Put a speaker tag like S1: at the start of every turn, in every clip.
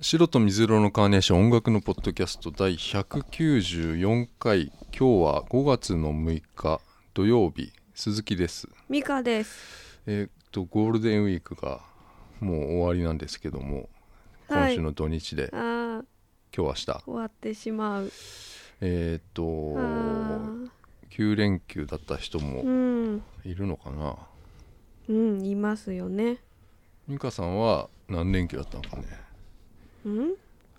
S1: 白と水色のカーネーション音楽のポッドキャスト第194回今日は5月の6日土曜日鈴木です
S2: ミカです。
S1: えーっとゴールデンウィークがもう終わりなんですけども
S2: は
S1: 今
S2: い
S1: 週の土日で、
S2: ああ、
S1: 今日明日
S2: 終わってしまう。
S1: えーっと
S2: あー
S1: 9連休だった人も
S2: うん、
S1: いるのかな
S2: うん、いますよね。
S1: 美香さんは何連休だったのかね
S2: うん、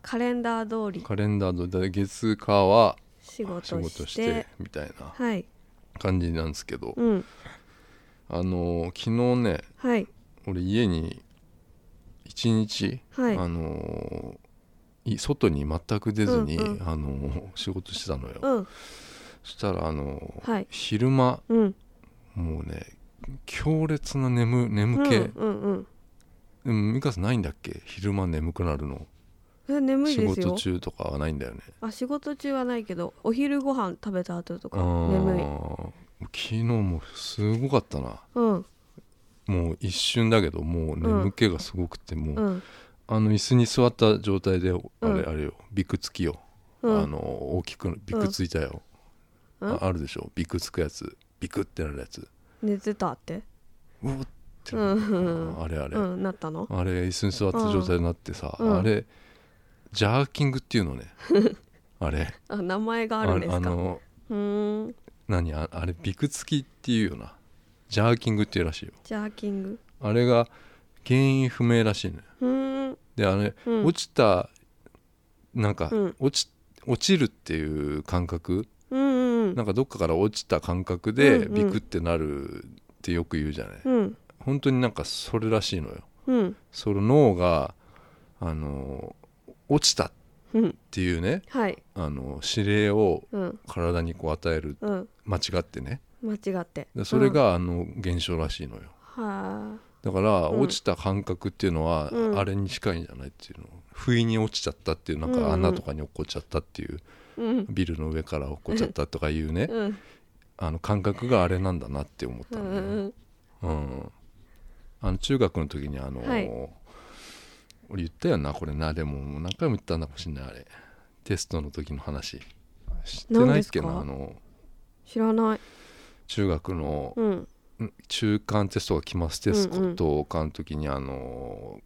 S2: カレンダー通り
S1: カレンダーで月火は
S2: 仕事
S1: 仕
S2: して。
S1: 事してみたいな
S2: はい、
S1: 感じなんですけど
S2: うん、
S1: あのー昨日ね
S2: はい、
S1: 俺家に一日、
S2: はい
S1: あのーい外に全く出ずに、
S2: うんうん
S1: あのー仕事してたのよ、
S2: うん、
S1: そしたらあのー
S2: はい
S1: 昼間
S2: うん、
S1: もうね強烈な眠
S2: うん、
S1: 眠気、うん
S2: うん、うん。
S1: 美香さんないんだっけ昼間眠くなるの
S2: え、眠い
S1: 仕
S2: です
S1: 事
S2: よ。
S1: 中とかはないんだよね
S2: あ、仕事中はないけど、お昼ご飯食べた後と
S1: あ
S2: か眠い。
S1: ー昨日もすごかったな
S2: うん、
S1: もう一瞬だけどもう眠気がすごくて、もう、
S2: うん、
S1: あの椅子に座った状態であれ
S2: うん
S1: あれよびくつきよ、
S2: うん、
S1: あの大きくびくついたよ、
S2: うん
S1: ああるでしょびくつくやつびくってなるやつ
S2: 寝てたって。
S1: うおって
S2: う
S1: なる、
S2: ん、
S1: あれあれ、
S2: うん、なったの。
S1: あれ椅子に座った状態になってさ、
S2: うん
S1: あれジャーキングっていう のねあれ
S2: あ、名前があるんです
S1: あ
S2: か。
S1: の
S2: うーん、
S1: 何ああれびくつきっていうよなジャーキングっていうらしいよ
S2: ジャーキング。
S1: あれが原因不明らしいね
S2: うーん、
S1: であれ、
S2: うん
S1: 落ちたなんか、
S2: うん
S1: 落ち落ちるっていう感覚
S2: うん、うん
S1: なんかどっかから落ちた感覚で
S2: うんう
S1: ビ
S2: ん
S1: クってなるってよく言うじゃない、
S2: うん、
S1: 本当になんかそれらしいのよ
S2: うん、
S1: その脳があの落ちたっ
S2: うん。
S1: ていうね
S2: はい、
S1: あの指令を
S2: うん、
S1: 体にこう与える
S2: うん、
S1: 間違ってね
S2: 間違って。
S1: でそれがあの現象らしいのよ
S2: うん、はあ、
S1: だから
S2: うん
S1: 落ちた感覚っていうのは
S2: うん
S1: あれに近いんじゃないっていうの不意に落ちちゃったっていうなん
S2: うんう
S1: か
S2: ん
S1: 穴とかに落っこっちゃったっていう
S2: うん、
S1: ビルの上から落っこっちゃったとかいうね
S2: うん、
S1: あの感覚があれなんだなって思っ
S2: う
S1: たのね
S2: ん、
S1: うん、あの中学の時にあの、
S2: はい
S1: 俺言ったよなこれなでももう何回も言ったんだかもしんないあれテストの時の話知って
S2: 何
S1: ない
S2: で
S1: っ
S2: す
S1: け
S2: か
S1: なあの
S2: 知らない。
S1: 中学の
S2: うん、
S1: ん中間テストが期末テストとかの時にあの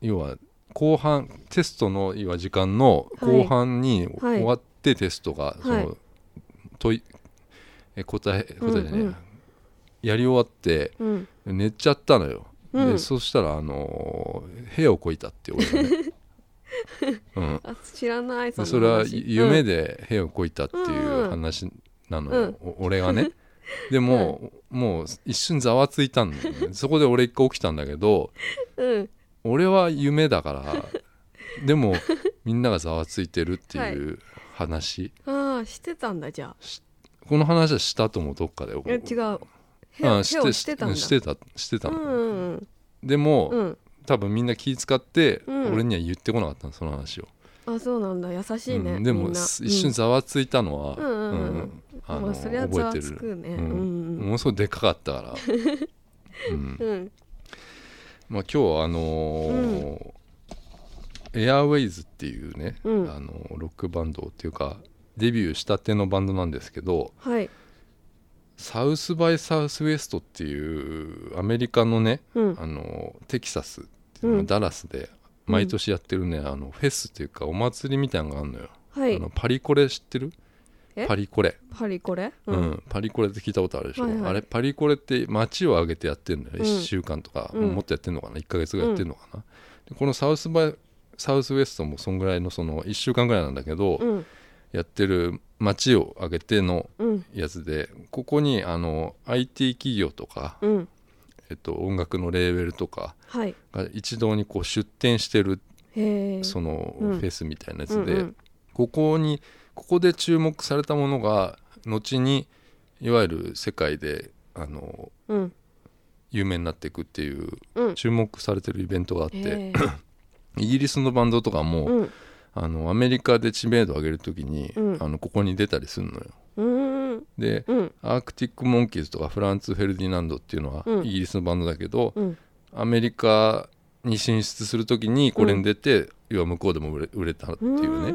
S1: 要は後半テストの要は時間の
S2: はい
S1: 後半に
S2: はい
S1: 終わってテストが、そ
S2: はい
S1: の問いえ答え答えじゃねえや、
S2: うんうん
S1: やり終わって
S2: うん、
S1: 寝ちゃったのよ、
S2: う
S1: で
S2: ん
S1: そしたらあのー「兵をこいた」って俺が ね、うん、
S2: あ、知らない。
S1: で
S2: んな
S1: それは
S2: 話
S1: 夢、で「兵をこいた」って
S2: うん
S1: いううん話なのよ、
S2: うん
S1: お俺がねでも、もう一瞬ざわついたんだよねそこで俺一回起きたんだけど
S2: うん、うん、
S1: 俺は夢だからでもみんながざわついてるっていう話、
S2: ああ、してたんだじゃあ。
S1: この話はしたともどっかで
S2: え、違う。へ、
S1: あ
S2: へを
S1: んして
S2: してたん
S1: う
S2: だ。
S1: んしてたしてた
S2: う
S1: の、
S2: ん、うん、
S1: でも、
S2: うん、
S1: 多分みんな気使って、
S2: うん
S1: 俺には言ってこなかったのその話を、
S2: あ、そうなんだ。優しいね。
S1: うんで
S2: み
S1: も
S2: んな
S1: す一瞬、ざわついたのは、
S2: うんうんうんうん
S1: うん
S2: うん
S1: あ
S2: も
S1: の
S2: うそれはざわ
S1: 覚えて
S2: つ
S1: る、
S2: くね。
S1: う
S2: う
S1: ん
S2: ん、
S1: ものすごいでかかった から、うん
S2: うん、うん、
S1: まあ、今日はあのーエアウェイズっていうね、
S2: うん
S1: あのーロックバンドっていうかデビューしたてのバンドなんですけど
S2: はい、
S1: サウスバイサウスウエストっていうアメリカのね、
S2: うん、
S1: あのテキサスっていうの
S2: うん
S1: ダラスで毎年やってるね、あのフェスっていうかお祭りみたいなのがあるのよ、
S2: は
S1: あ
S2: い
S1: の、パリコレ知ってる
S2: え
S1: パリコレ、
S2: パリこれ。
S1: うん、パリコレって聞いたことあるでしょ、
S2: はいはい
S1: あれパリコレって街を挙げてやってるのよ、
S2: うん
S1: 1週間とか、
S2: うん
S1: もっとやってるのかな1ヶ月ぐらいやってるのかな、でこのサウスバイサウスウエストもそんぐらいのその1週間ぐらいなんだけど、
S2: うん、
S1: やってる街を挙げての
S2: うん、
S1: やつでここにあの IT 企業とか、
S2: うん、
S1: えっと、音楽のレーベルとか
S2: はい。
S1: が一堂にこう出展してる
S2: へえ。
S1: そのフ
S2: うん
S1: ェスみたいなや
S2: うん
S1: つで、
S2: うん
S1: ここにここで注目されたものが後にいわゆる世界であの
S2: うん
S1: 有名になっていくっていう
S2: うん
S1: 注目されてるイベントがあって、
S2: え
S1: イギリスのバンドとかも、
S2: えうん
S1: あのアメリカで知名度を上げる時に、
S2: うん
S1: あのここに出たりするのよ。
S2: うん
S1: で、
S2: うん
S1: アークティック・モンキーズとかフランツ・フェルディナンドっていうのは
S2: うん
S1: イギリスのバンドだけど、
S2: うん
S1: アメリカに進出するときにこれに出て、要は向こうでも売れ売れたって
S2: う
S1: いうね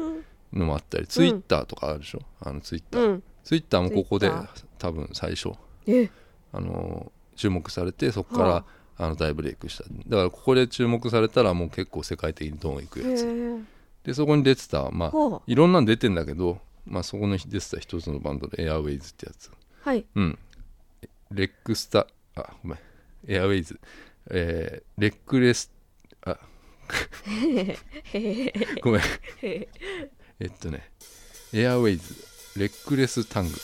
S2: ん
S1: のもあったりツイッターとかあるでしょあのツイッター、
S2: うん
S1: ツイッターもここで
S2: Twitter
S1: 多分最初
S2: え
S1: あの注目されてそこから、
S2: は
S1: あの大ブレイクしただからここで注目されたらもう結構世界的にドンいく
S2: へ
S1: やつ
S2: ー
S1: でそこに出てたまあ
S2: ほう
S1: いろんなの出てんだけど、まあ、そこの出てた一つのバンドでエアウェイズってやつ
S2: はい
S1: うんレックスタあごめんエアウェイズえーレックレスあごめんえっとねエアウェイズレックレスタング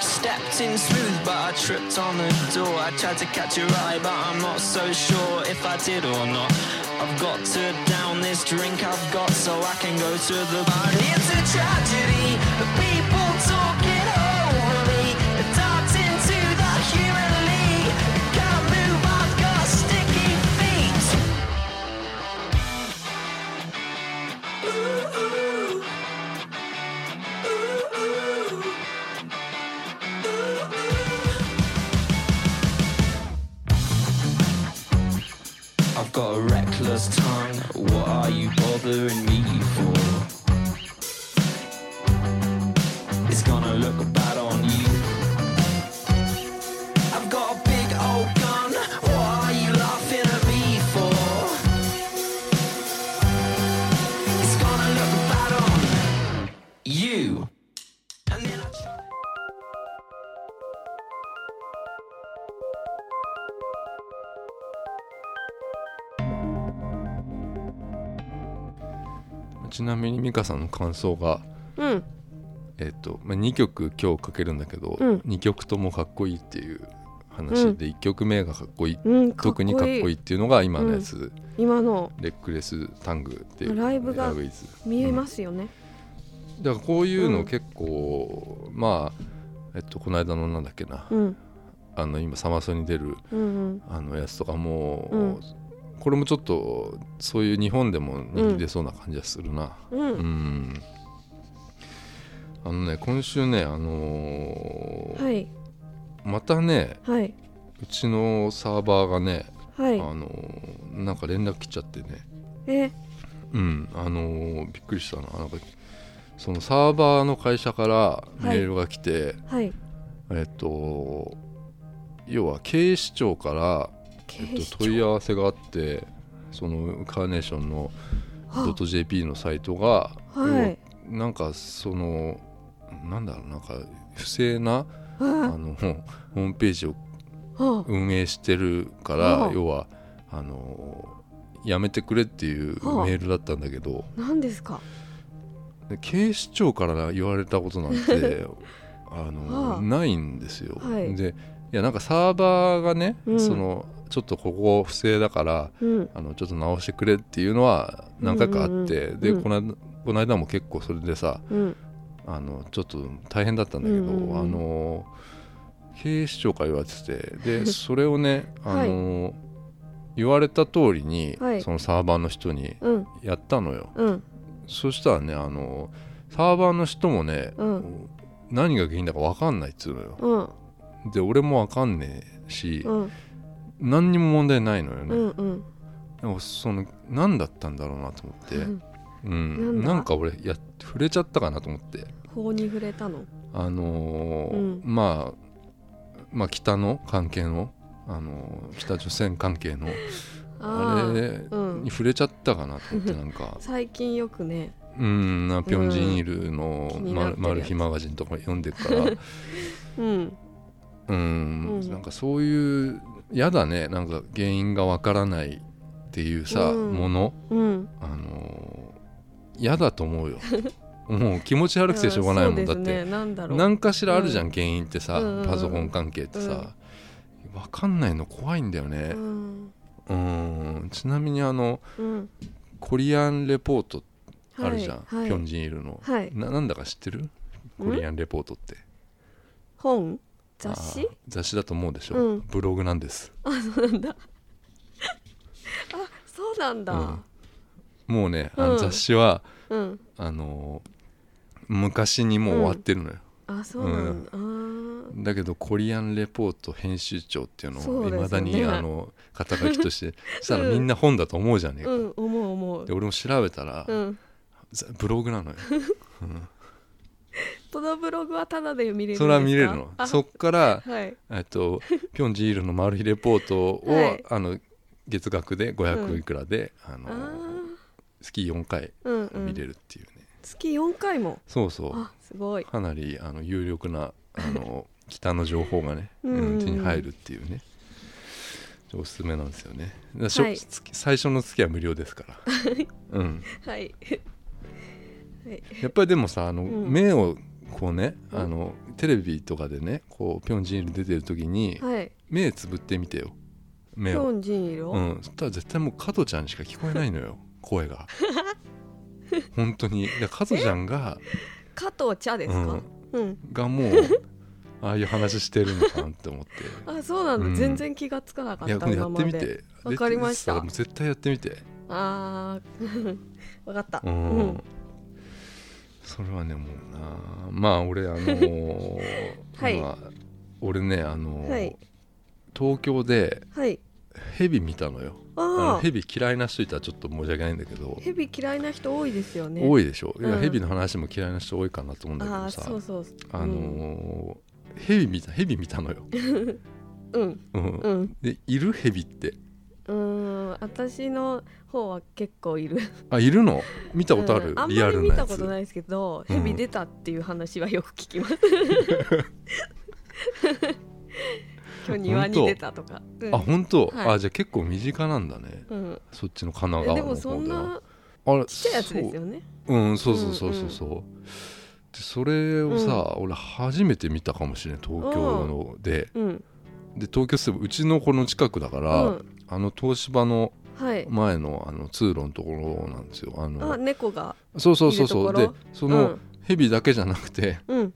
S3: Stepped in smooth, but I tripped on the door. I tried to catch your eye, but I'm not so sure if I did or not. I've got to down this drink I've got so I can go to the bar. It's a tragedy, the people talking overly, adopt into the human league. Can't move, I've got sticky feet. Ooh, ooh. Ooh, ooh. I've got a reckless tongue. What are you bothering me for? It's gonna look bad on you. I've got a big old gun. What are you laughing at me for? It's gonna look bad on you. And then I try-
S1: ちなみに美香さんの感想が、
S2: うん
S1: えっとまあ、2曲今日かけるんだけど、
S2: うん
S1: 2曲ともかっこいいっていう話で1曲目がかっこいい、
S2: うんかっこ
S1: 特
S2: いい
S1: にかっこいいっていうのが今のやつ、
S2: 今の
S1: レックレスタングっていう
S2: ライブ
S1: エ
S2: が
S1: アウェイズ
S2: 見えますよね
S1: だからこういう
S2: う
S1: の
S2: ん
S1: 結構、まあえっとこの間のなんだっけな、
S2: うん
S1: あの今サマソに出る
S2: うんうん
S1: あのやつとかも、
S2: うん
S1: これもちょっとそういう日本でも人気出そうな感じがするな
S2: うん
S1: うん、あのね今週ねあのー
S2: はい
S1: またね
S2: はいう
S1: ちのサーバーがね、
S2: はい
S1: あのーなんか連絡来ちゃってね
S2: え
S1: うんあのーびっくりしたななんかそのサーバーの会社からメールが来て、
S2: はい
S1: えっと要は警視庁から
S2: 警
S1: えっ
S2: 視
S1: と、
S2: 庁
S1: 問い合わせがあってそのカーネーションの
S2: はあ
S1: .jp のサイトが、
S2: はい
S1: 要はなんかそのなんだろうなんか不正なあ
S2: は
S1: のホームページを
S2: あはあ
S1: 運営してるか
S2: は
S1: ら
S2: あ
S1: 要はあのやめてくれっていう
S2: はあ
S1: メールだったんだけど
S2: 何ですか
S1: で警視庁から言われたことなん てあの、
S2: はあ
S1: ないんですよ。
S2: はい
S1: でいやなんかサーバーがね、
S2: うん
S1: そのちょっとここ不正だから
S2: うん
S1: あのちょっと直してくれっていうのは何回かあって、
S2: うんうんうん
S1: で
S2: うん
S1: この間この間も結構それでさ
S2: うん
S1: あのちょっと大変だったんだけど、
S2: うんうんうん
S1: あの警視庁から言われて てでそれをねあの、言われた通りに、
S2: はい
S1: そのサーバーの人に
S2: うん
S1: やったのよ
S2: うん
S1: そしたらねあのサーバーの人もね、
S2: うん
S1: 何が原因だか分かんないっつうのよ
S2: うん
S1: で俺も分かんねえし、
S2: うん
S1: 何にも問題ないのよね、
S2: うんうん
S1: でもその何だったんだろうなと思って、うん、
S2: なんだ
S1: なんか俺や触れちゃったかなと思って
S2: 法に触れたの
S1: あのー
S2: うん
S1: まあまあ北の関係の、あのー北朝鮮関係のあ
S2: あー
S1: れ
S2: うん
S1: に触れちゃったかなと思ってなんか
S2: 最近よくね
S1: うんなピョンジンイル
S2: 気
S1: の
S2: になっ
S1: マル
S2: てる
S1: マル秘マガジンとか読んでるから
S2: うん
S1: うん、
S2: うん
S1: なんかそういうやだねなんか原因がわからないっていうさ、
S2: うん
S1: もの
S2: うん
S1: あのー嫌だと思 うよもう気持ち悪くてしょうがないもん、
S2: そうで
S1: だ
S2: す
S1: っ
S2: ね
S1: て
S2: なんだろう
S1: 何かしらあるじゃん、
S2: う
S1: 原因ってさ、
S2: うんうんうん
S1: パソコン関係ってさ、わ分かんないの怖いんだよね
S2: うん
S1: うんちなみにあの
S2: うん
S1: コリアンレポートあるじゃん、
S2: はい
S1: ピ
S2: は
S1: ョン
S2: い、
S1: ジンイルの、
S2: はい
S1: ななんだか知ってるコリアンレポートって
S2: 本雑
S1: あー
S2: 誌
S1: 雑誌だと思うでしょ、
S2: うん
S1: ブログなんです
S2: そうなんだ
S1: もうねあの
S2: うん
S1: 雑誌は、
S2: うん
S1: あのー昔にもう終わってるのよ、
S2: あそうなんだ、あ
S1: だけどコリアンレポート編集長っていうの
S2: そう
S1: をい
S2: ですよね
S1: まだにあの肩書きと してしたらみんな本だと思うじゃねえ
S2: ー
S1: か、
S2: うん思う思う
S1: で俺も調べたら、
S2: うん
S1: ブログなのよ
S2: そのブログはタダで見れるんですか
S1: それは見れるの
S2: あ
S1: そっから
S2: はい
S1: えっとピョンジールのマル秘レポートを、
S2: はい
S1: あの月額で
S2: う
S1: 500
S2: ん
S1: いくらで、あ
S2: あ
S1: の
S2: ー
S1: 月4回
S2: うんうん
S1: 見れるっていうね、
S2: 月四回も
S1: そうそう
S2: あすごい
S1: かなりあの有力なあ の北の情報がね、
S2: うん
S1: う、
S2: うんん
S1: 手に入るっていうねおすすめなんですよねだからしょ
S2: はい
S1: 月最初の月は無料です から、うん、
S2: はいはい
S1: やっぱりでもさあの、
S2: ん
S1: 目をこうね
S2: うん
S1: あのテレビとかでねこうピョンジール出てる時に、
S2: はい
S1: 目つぶってみてよ
S2: ヒ
S1: 目を
S2: ョンジン色、
S1: うん、そしたら絶対もう加トちゃんにしか聞こえないのよ声が 本当にだから加トちゃんが、
S2: 加藤茶 ですかうん、
S1: が もうああいう話してるのかなって思って
S2: あそうなんだ、
S1: うん
S2: 全然気がつかなかっ
S1: いや
S2: た
S1: 今度や
S2: 今
S1: っ
S2: ま
S1: てみ
S2: で
S1: て
S2: わかりました
S1: でさもう絶対やってみて
S2: あー わかった
S1: うん、
S2: うん
S1: それはねもうなまあ俺あのー
S2: はい
S1: まあ俺ねあのー
S2: はい
S1: 東京で
S2: はい
S1: ヘビ見たのよあの
S2: あ
S1: ヘビ嫌いな人いたらちょっと申し訳ないんだけど
S2: あヘビ嫌いな人多いですよね
S1: 多
S2: い
S1: いでしょ、いや
S2: うん
S1: ヘビの話も嫌いな人多いかなと思うんだけ
S2: あ
S1: ど
S2: あ
S1: さ
S2: そうそうそう
S1: あのーヘビ見たヘビ見た のよ、
S2: うん
S1: うん
S2: うん
S1: でいるヘビって
S2: うーん私の方は結構いる
S1: あいるの見たことある、
S2: うん、あん
S1: リア
S2: まり
S1: ル
S2: 見
S1: なや
S2: た
S1: つ
S2: ことないですけど、
S1: うん
S2: ヘビ出たっていう話はよく聞 きます今日庭に出たとか、うん
S1: あ本当、
S2: はい
S1: あじゃあ結構身近なんだね
S2: うん、
S1: そっちの神
S2: え
S1: 奈
S2: で
S1: 川の
S2: もそ
S1: 方
S2: ん
S1: では
S2: な
S1: あれ
S2: ちっちゃいやつですよね
S1: そううんそうそうそうそうそう、でそれをさ、俺初めて見たかもしれない東京ので
S2: うん
S1: で東京すぐうちのこの近くだから、
S2: うん
S1: あの東芝の
S2: はい
S1: 前のあの通路のところなんですよあの
S2: あ猫が
S1: そうそうそうそう
S2: いる
S1: で
S2: とこ
S1: その、
S2: うん
S1: ヘビだけじゃなくて
S2: うん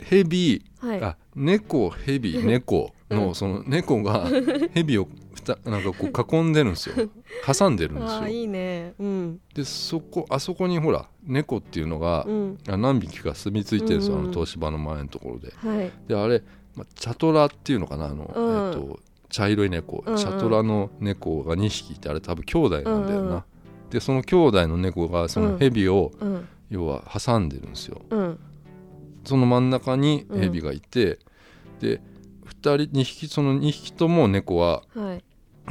S1: ヘビ、
S2: はい
S1: あ猫ヘ ビ猫の、
S2: うん
S1: その猫 がヘビをふたなんかこう囲んでるんですよ挟んでるんで
S2: あー
S1: すよ
S2: いいねうん
S1: でそこあそこにほら猫っていうのが
S2: う、ん
S1: あ何匹か住み着いてるんですよ、
S2: うんうん
S1: あの東芝の前のところで
S2: はい
S1: であれ、まあ、チャトラっていうのかなあの、
S2: うん
S1: えっと茶色い猫、
S2: うんうん
S1: チャトラの猫が2匹いてあれ多分兄弟なんだよな、
S2: うんうん
S1: でその兄弟の猫がそのヘビを、
S2: うん
S1: 要は挟んでるんですよ
S2: うん
S1: その真ん中にヘビがいて、で2人2匹その2匹とも猫は
S2: はい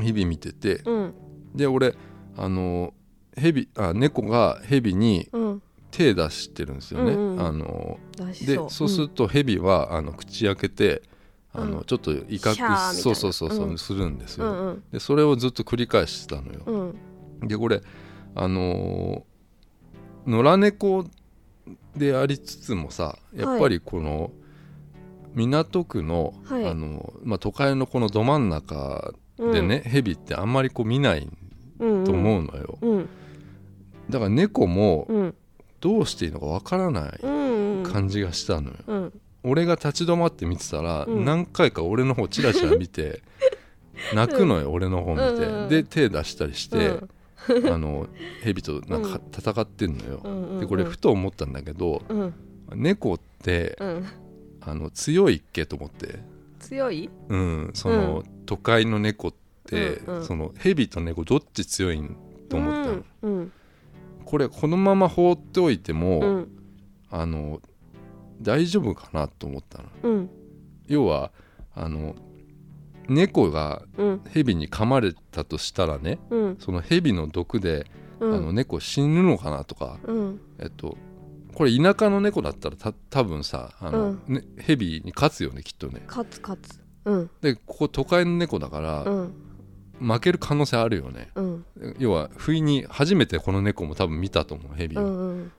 S1: ヘビ見てて
S2: うん
S1: で俺あのヘビあ猫がヘビに
S2: うん
S1: 手出してるんですよね、
S2: うんうん
S1: あの
S2: 出し
S1: で
S2: そう
S1: そうするとヘビはあの口開けてあの、
S2: うん
S1: ちょっと威
S2: シャーみたいな
S1: 嚇そうそうそうそう、
S2: うん
S1: するんです
S2: う
S1: よ、
S2: んうん
S1: でそれをずっと繰り返してたのよ、
S2: うん
S1: でこれあのー野良猫でありつつもさやっぱりこの、港区の,、
S2: はい
S1: あのまあ、都会のこのど真ん中
S2: うん
S1: でね、ヘビってあんまりこう見ない
S2: うん
S1: と思うのよ、
S2: うん
S1: だから猫も
S2: うん
S1: どうしていいのかわからない
S2: うんうん
S1: 感じがしたのよ、
S2: うん
S1: 俺が立ち止まって見てたら、
S2: うん
S1: 何回か俺の方チラチラ見 て泣くのよ、俺の方見て、
S2: うんうん
S1: で手出したりして、
S2: うん
S1: あのヘビとなんか戦ってんのよ、
S2: うんうんうん
S1: でこれふと思ったんだけど
S2: うん
S1: 猫って
S2: うん
S1: あの強いっけと思って、
S2: 強い
S1: うん、その、
S2: う
S1: 都会の猫って、
S2: うんうん
S1: そのヘビと猫どっち強いんと思ったの、
S2: うん
S1: これこのまま放っておいても、
S2: うん
S1: あの大丈夫かなと思ったの
S2: うん
S1: 要はあの猫が
S2: うん
S1: ヘビに噛まれたとしたらね
S2: うん
S1: そのヘビの毒で、
S2: うん
S1: あの猫死ぬのかなとか
S2: うん
S1: えっとこれ田舎の猫だったらた多分さあの、
S2: うん
S1: ねヘビに勝つよねきっとね
S2: 勝つ勝つうん
S1: でここ都会の猫だから、
S2: うん
S1: 負ける可能性あるよね
S2: うん
S1: 要は不意に初めてこの猫も多分見たと思うヘビ
S2: う
S1: を、
S2: んうん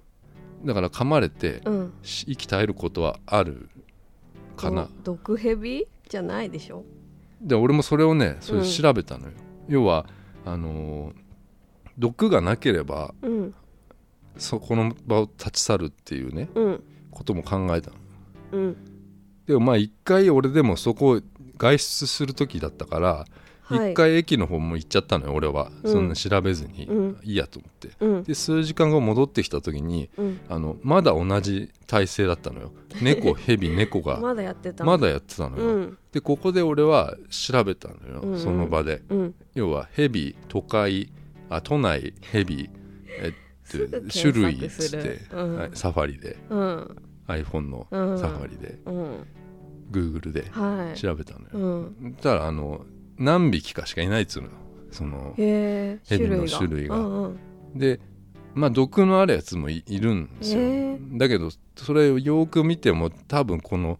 S1: だから噛まれて、
S2: うん
S1: し息絶えることはあるかな、
S2: ど毒蛇じゃないでしょ
S1: で俺もそれをねそれ
S2: うん
S1: 調べたのよ、要はあのー毒がなければ
S2: うん
S1: そこの場を立ち去るっていうね
S2: うん
S1: ことも考えたの
S2: うん
S1: でもまあ一回俺でもそこを外出する時だったから、
S2: はい
S1: 一回駅の方も行っちゃったのよ俺は、
S2: うん
S1: そんな調べずに、
S2: うん
S1: いいやと思って
S2: うん
S1: で数時間後戻ってきた時に
S2: うん
S1: あのまだ同じ体勢だったのよ 猫ヘビ猫が
S2: まだやってた
S1: まだ
S2: だ
S1: やってたのよ、
S2: うん
S1: でここで俺は調べたのよ、
S2: うんうん
S1: その場で
S2: うん
S1: 要はヘビ都会あ都内ヘビえ
S2: すぐ
S1: っ
S2: 検
S1: て種
S2: 索
S1: 類っつっ
S2: す
S1: て、
S2: るうん
S1: はいサファリで
S2: うん
S1: iPhone の
S2: うん
S1: サファリで、
S2: うん
S1: Google で
S2: はい
S1: 調べたのよ、
S2: うん
S1: そしたらあの何匹かしかいないっつうのよその
S2: へえ
S1: ヘビ
S2: 種類
S1: の
S2: が
S1: 種類が
S2: うんうん
S1: でまあ毒のあるやつもいいるんですよ、
S2: へー
S1: だけどそれをよく見ても多分この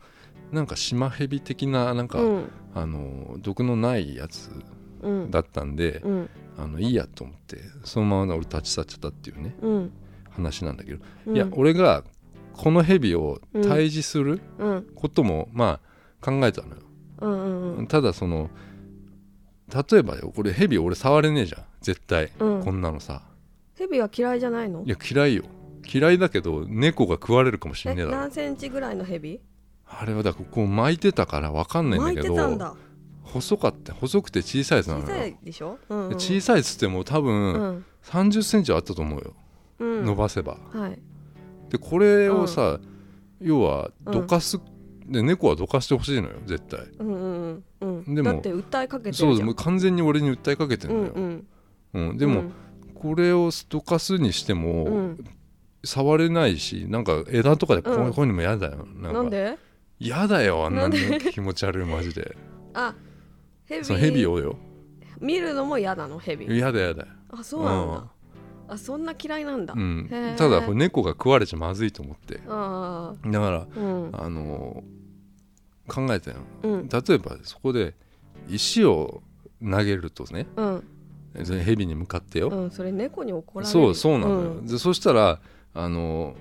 S1: なんかシマヘビ的ななんか、
S2: うん
S1: あの毒のないやつ
S2: うん
S1: だったんで、
S2: うん
S1: あのいいやと思ってそのまま俺立ち去っちゃったっていうね
S2: うん
S1: 話なんだけど、
S2: うん
S1: いや俺がこのヘビを退治する
S2: うん
S1: ことも、まあ考えたのよ、
S2: うんうんうん
S1: ただその例えばよこれヘビ俺触れねえじゃん絶対、
S2: うん
S1: こんなのさ
S2: ヘビは嫌いじゃないの
S1: いや嫌いよ嫌いだけど猫が食われるかもし
S2: え
S1: んねえだろ
S2: 何センチぐらいのヘビ
S1: あれはだからこう巻いてたから分かんないん
S2: 巻い
S1: だ
S2: て
S1: け
S2: たん
S1: ど
S2: だ
S1: 細かって細くて小さいやつな
S2: 小
S1: の
S2: さ
S1: よ
S2: いでしょうんうん
S1: 小さいっつっても多
S2: う
S1: 分
S2: ん
S1: 3 0ンチはあったと思うよ、
S2: うん
S1: 伸ばせば
S2: はい
S1: でこれをさ、要はどかす、で猫はどかしてほしいのよ絶対
S2: うんうんうんうん
S1: でも
S2: だって訴えかけて
S1: そ
S2: る
S1: う
S2: じゃ
S1: もうん完全に俺に訴えかけてるのよ、
S2: うん
S1: うん
S2: うん
S1: でも、
S2: うん
S1: これをどかすにしても、
S2: うん
S1: 触れないしなんか枝とかでこう
S2: うん
S1: こういうのも嫌だよなん
S2: なん
S1: か
S2: で
S1: 嫌だよあんなの
S2: なん
S1: 気持ち悪いマジで
S2: あヘビ
S1: そのヘビをよ
S2: 見るのも嫌なのヘビ
S1: 嫌だ嫌だ
S2: あそうなんだあそんな嫌いなんだ
S1: うん
S2: へー
S1: ただこれ猫が食われちゃまずいと思って
S2: あ
S1: だから
S2: あうん
S1: あのー考えたよ
S2: うん
S1: 例えばそこで石を投げるとね
S2: うん
S1: それヘビに向かってよ、
S2: うんそれ猫に怒られる
S1: そうそうなのよ、
S2: ん
S1: でそしたらあの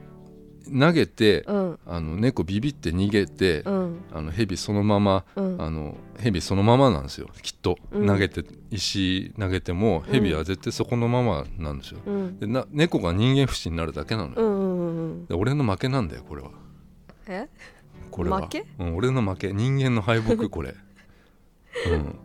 S1: 投げて、
S2: うん
S1: あの猫ビビって逃げて、
S2: うん
S1: あのヘビそのまま、
S2: うん
S1: あのヘビそのままなんですよきっと、
S2: うん
S1: 投げて石投げてもヘビは絶対そこのままなんですよ、
S2: うん
S1: でな猫が人間不信になるだけなのよ、
S2: うんうんうん
S1: で俺の負けなんだよこれは
S2: え
S1: これは
S2: 負け
S1: うん、俺の負け人間の敗 北これ、うん、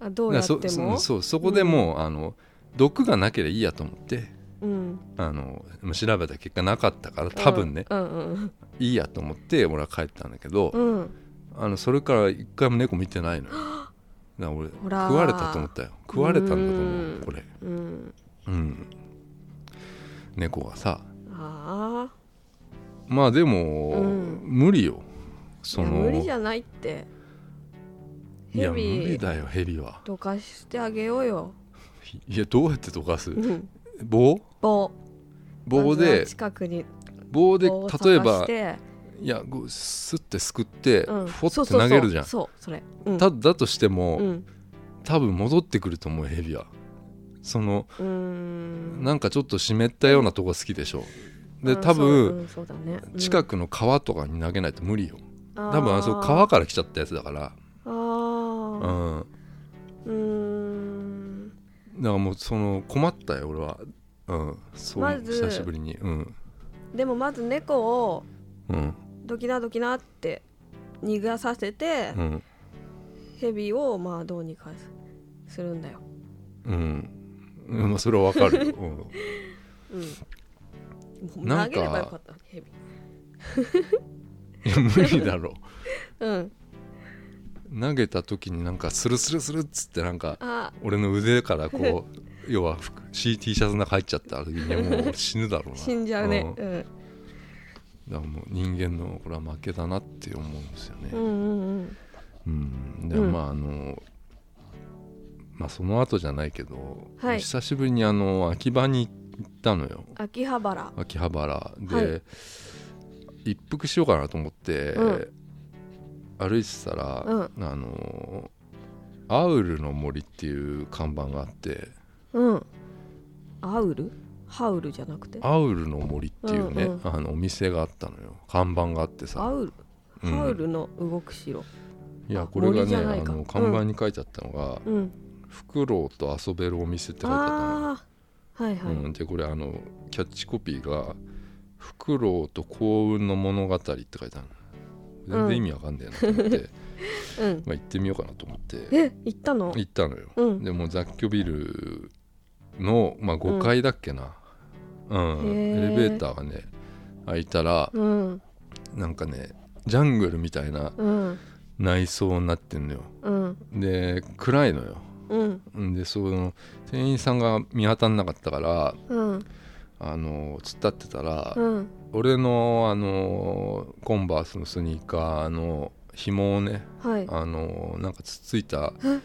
S2: あどうやって
S1: だから
S2: も
S1: そそそうそこでもう、あの毒がなければいいやと思って
S2: うん
S1: あの調べた結果なかったから多分ね、
S2: うんうん
S1: いいやと思って俺は帰ったんだけど、
S2: うんうん
S1: あのそれから一回も猫見てないのよだから俺
S2: ほらー
S1: 食われたと思ったよ食われたんだと思
S2: う
S1: うんこれ
S2: うん
S1: うん猫がさ
S2: ああ
S1: まあでも、
S2: うん
S1: 無理よその
S2: いや無理じゃないって
S1: いや
S2: ヘ
S1: 無理
S2: ビ
S1: だよヘビは
S2: どかしてあげようよ、
S1: いやどうやって溶かす
S2: うん、
S1: 棒
S2: 棒
S1: 棒
S2: まず
S1: で
S2: は近くに
S1: 棒で
S2: 棒を
S1: 例え
S2: 探し
S1: ば
S2: て
S1: いやこうスッてすくって、
S2: うん
S1: フォ
S2: そう
S1: ッて
S2: そうそ
S1: 投
S2: う
S1: げるじゃん
S2: そうそれ、うん、
S1: ただとしても、
S2: うん
S1: 多分戻ってくると思うヘビはその
S2: うーん
S1: なんかちょっと湿ったようなとこ好きでしょで
S2: あ
S1: 多
S2: そう
S1: 分
S2: うんそうだねうん
S1: 近くの川とかに投げないと無理よ
S2: あー
S1: 多分あそこ川から来ちゃったやつだから
S2: あ
S1: うん
S2: ー
S1: だか
S2: うーん
S1: らもうその困ったよ俺はうんそう、
S2: まず
S1: 久しぶりにうん
S2: でもまず猫を
S1: うん
S2: ドキナドキナって逃がさせて、
S1: うん
S2: ヘビをまあどうにかするんだよ、
S1: うんうんまあそれはわか るよ、うん
S2: うん、もう
S1: な
S2: 投
S1: んか
S2: げればよかったヘビ
S1: いや無理だろ
S2: うん
S1: 投げた時になんかスルスルスルっつってなんか
S2: あ
S1: 俺の腕からこ う要は服 CT シャツの中入っちゃった時にもう死ぬだろうな
S2: 死んじゃうね、
S1: んだ
S2: うん
S1: からもう人間のこれは負けだなって思うんですよね
S2: うんうんうん
S1: うんで
S2: うん
S1: まああのまあその後じゃないけど、
S2: はい
S1: 久しぶりにあの秋葉に行ったのよ
S2: 秋葉原
S1: 秋葉原で、
S2: は
S1: 一服しようかなと思って、
S2: う
S1: 歩いてたら、
S2: うん
S1: あのアウルの森っていう看板があって
S2: うんアウルハウルじゃなくて
S1: アウルの森っていうね、
S2: うんうん
S1: あのお店があったのよ看板があって
S2: ア
S1: さ、
S2: ウル
S1: うん
S2: ハウルの動く城
S1: いやこれが
S2: 森じ
S1: ね
S2: ゃ
S1: あ
S2: ないか
S1: の看板に書いてあったのが
S2: うん
S1: 「フクロウと遊べるお店」って書いてあったのよ、
S2: ああはいはい、
S1: うん、でこれあのキャッチコピーが「 フクロウと幸運の物語」って書いてあるの全然意味わかんねえなと思って、
S2: うん
S1: まあ、行ってみようかなと思って
S2: え行ったの
S1: 行ったのよ、
S2: うん
S1: でもう雑居ビルの、まあ、5階だっけな、うん
S2: へ
S1: エ
S2: ー
S1: レベーターがね開いたら
S2: うん
S1: なんかねジャングルみたいな
S2: うん
S1: 内装になってんのよ
S2: うん
S1: で暗いのよ
S2: うん
S1: んでその店員さんが見当たんなかったから
S2: うん
S1: あの突っ立ってたら、
S2: うん
S1: 俺のあのコンバースのスニーカーの紐をね
S2: はい
S1: あのなんかつっついた
S2: え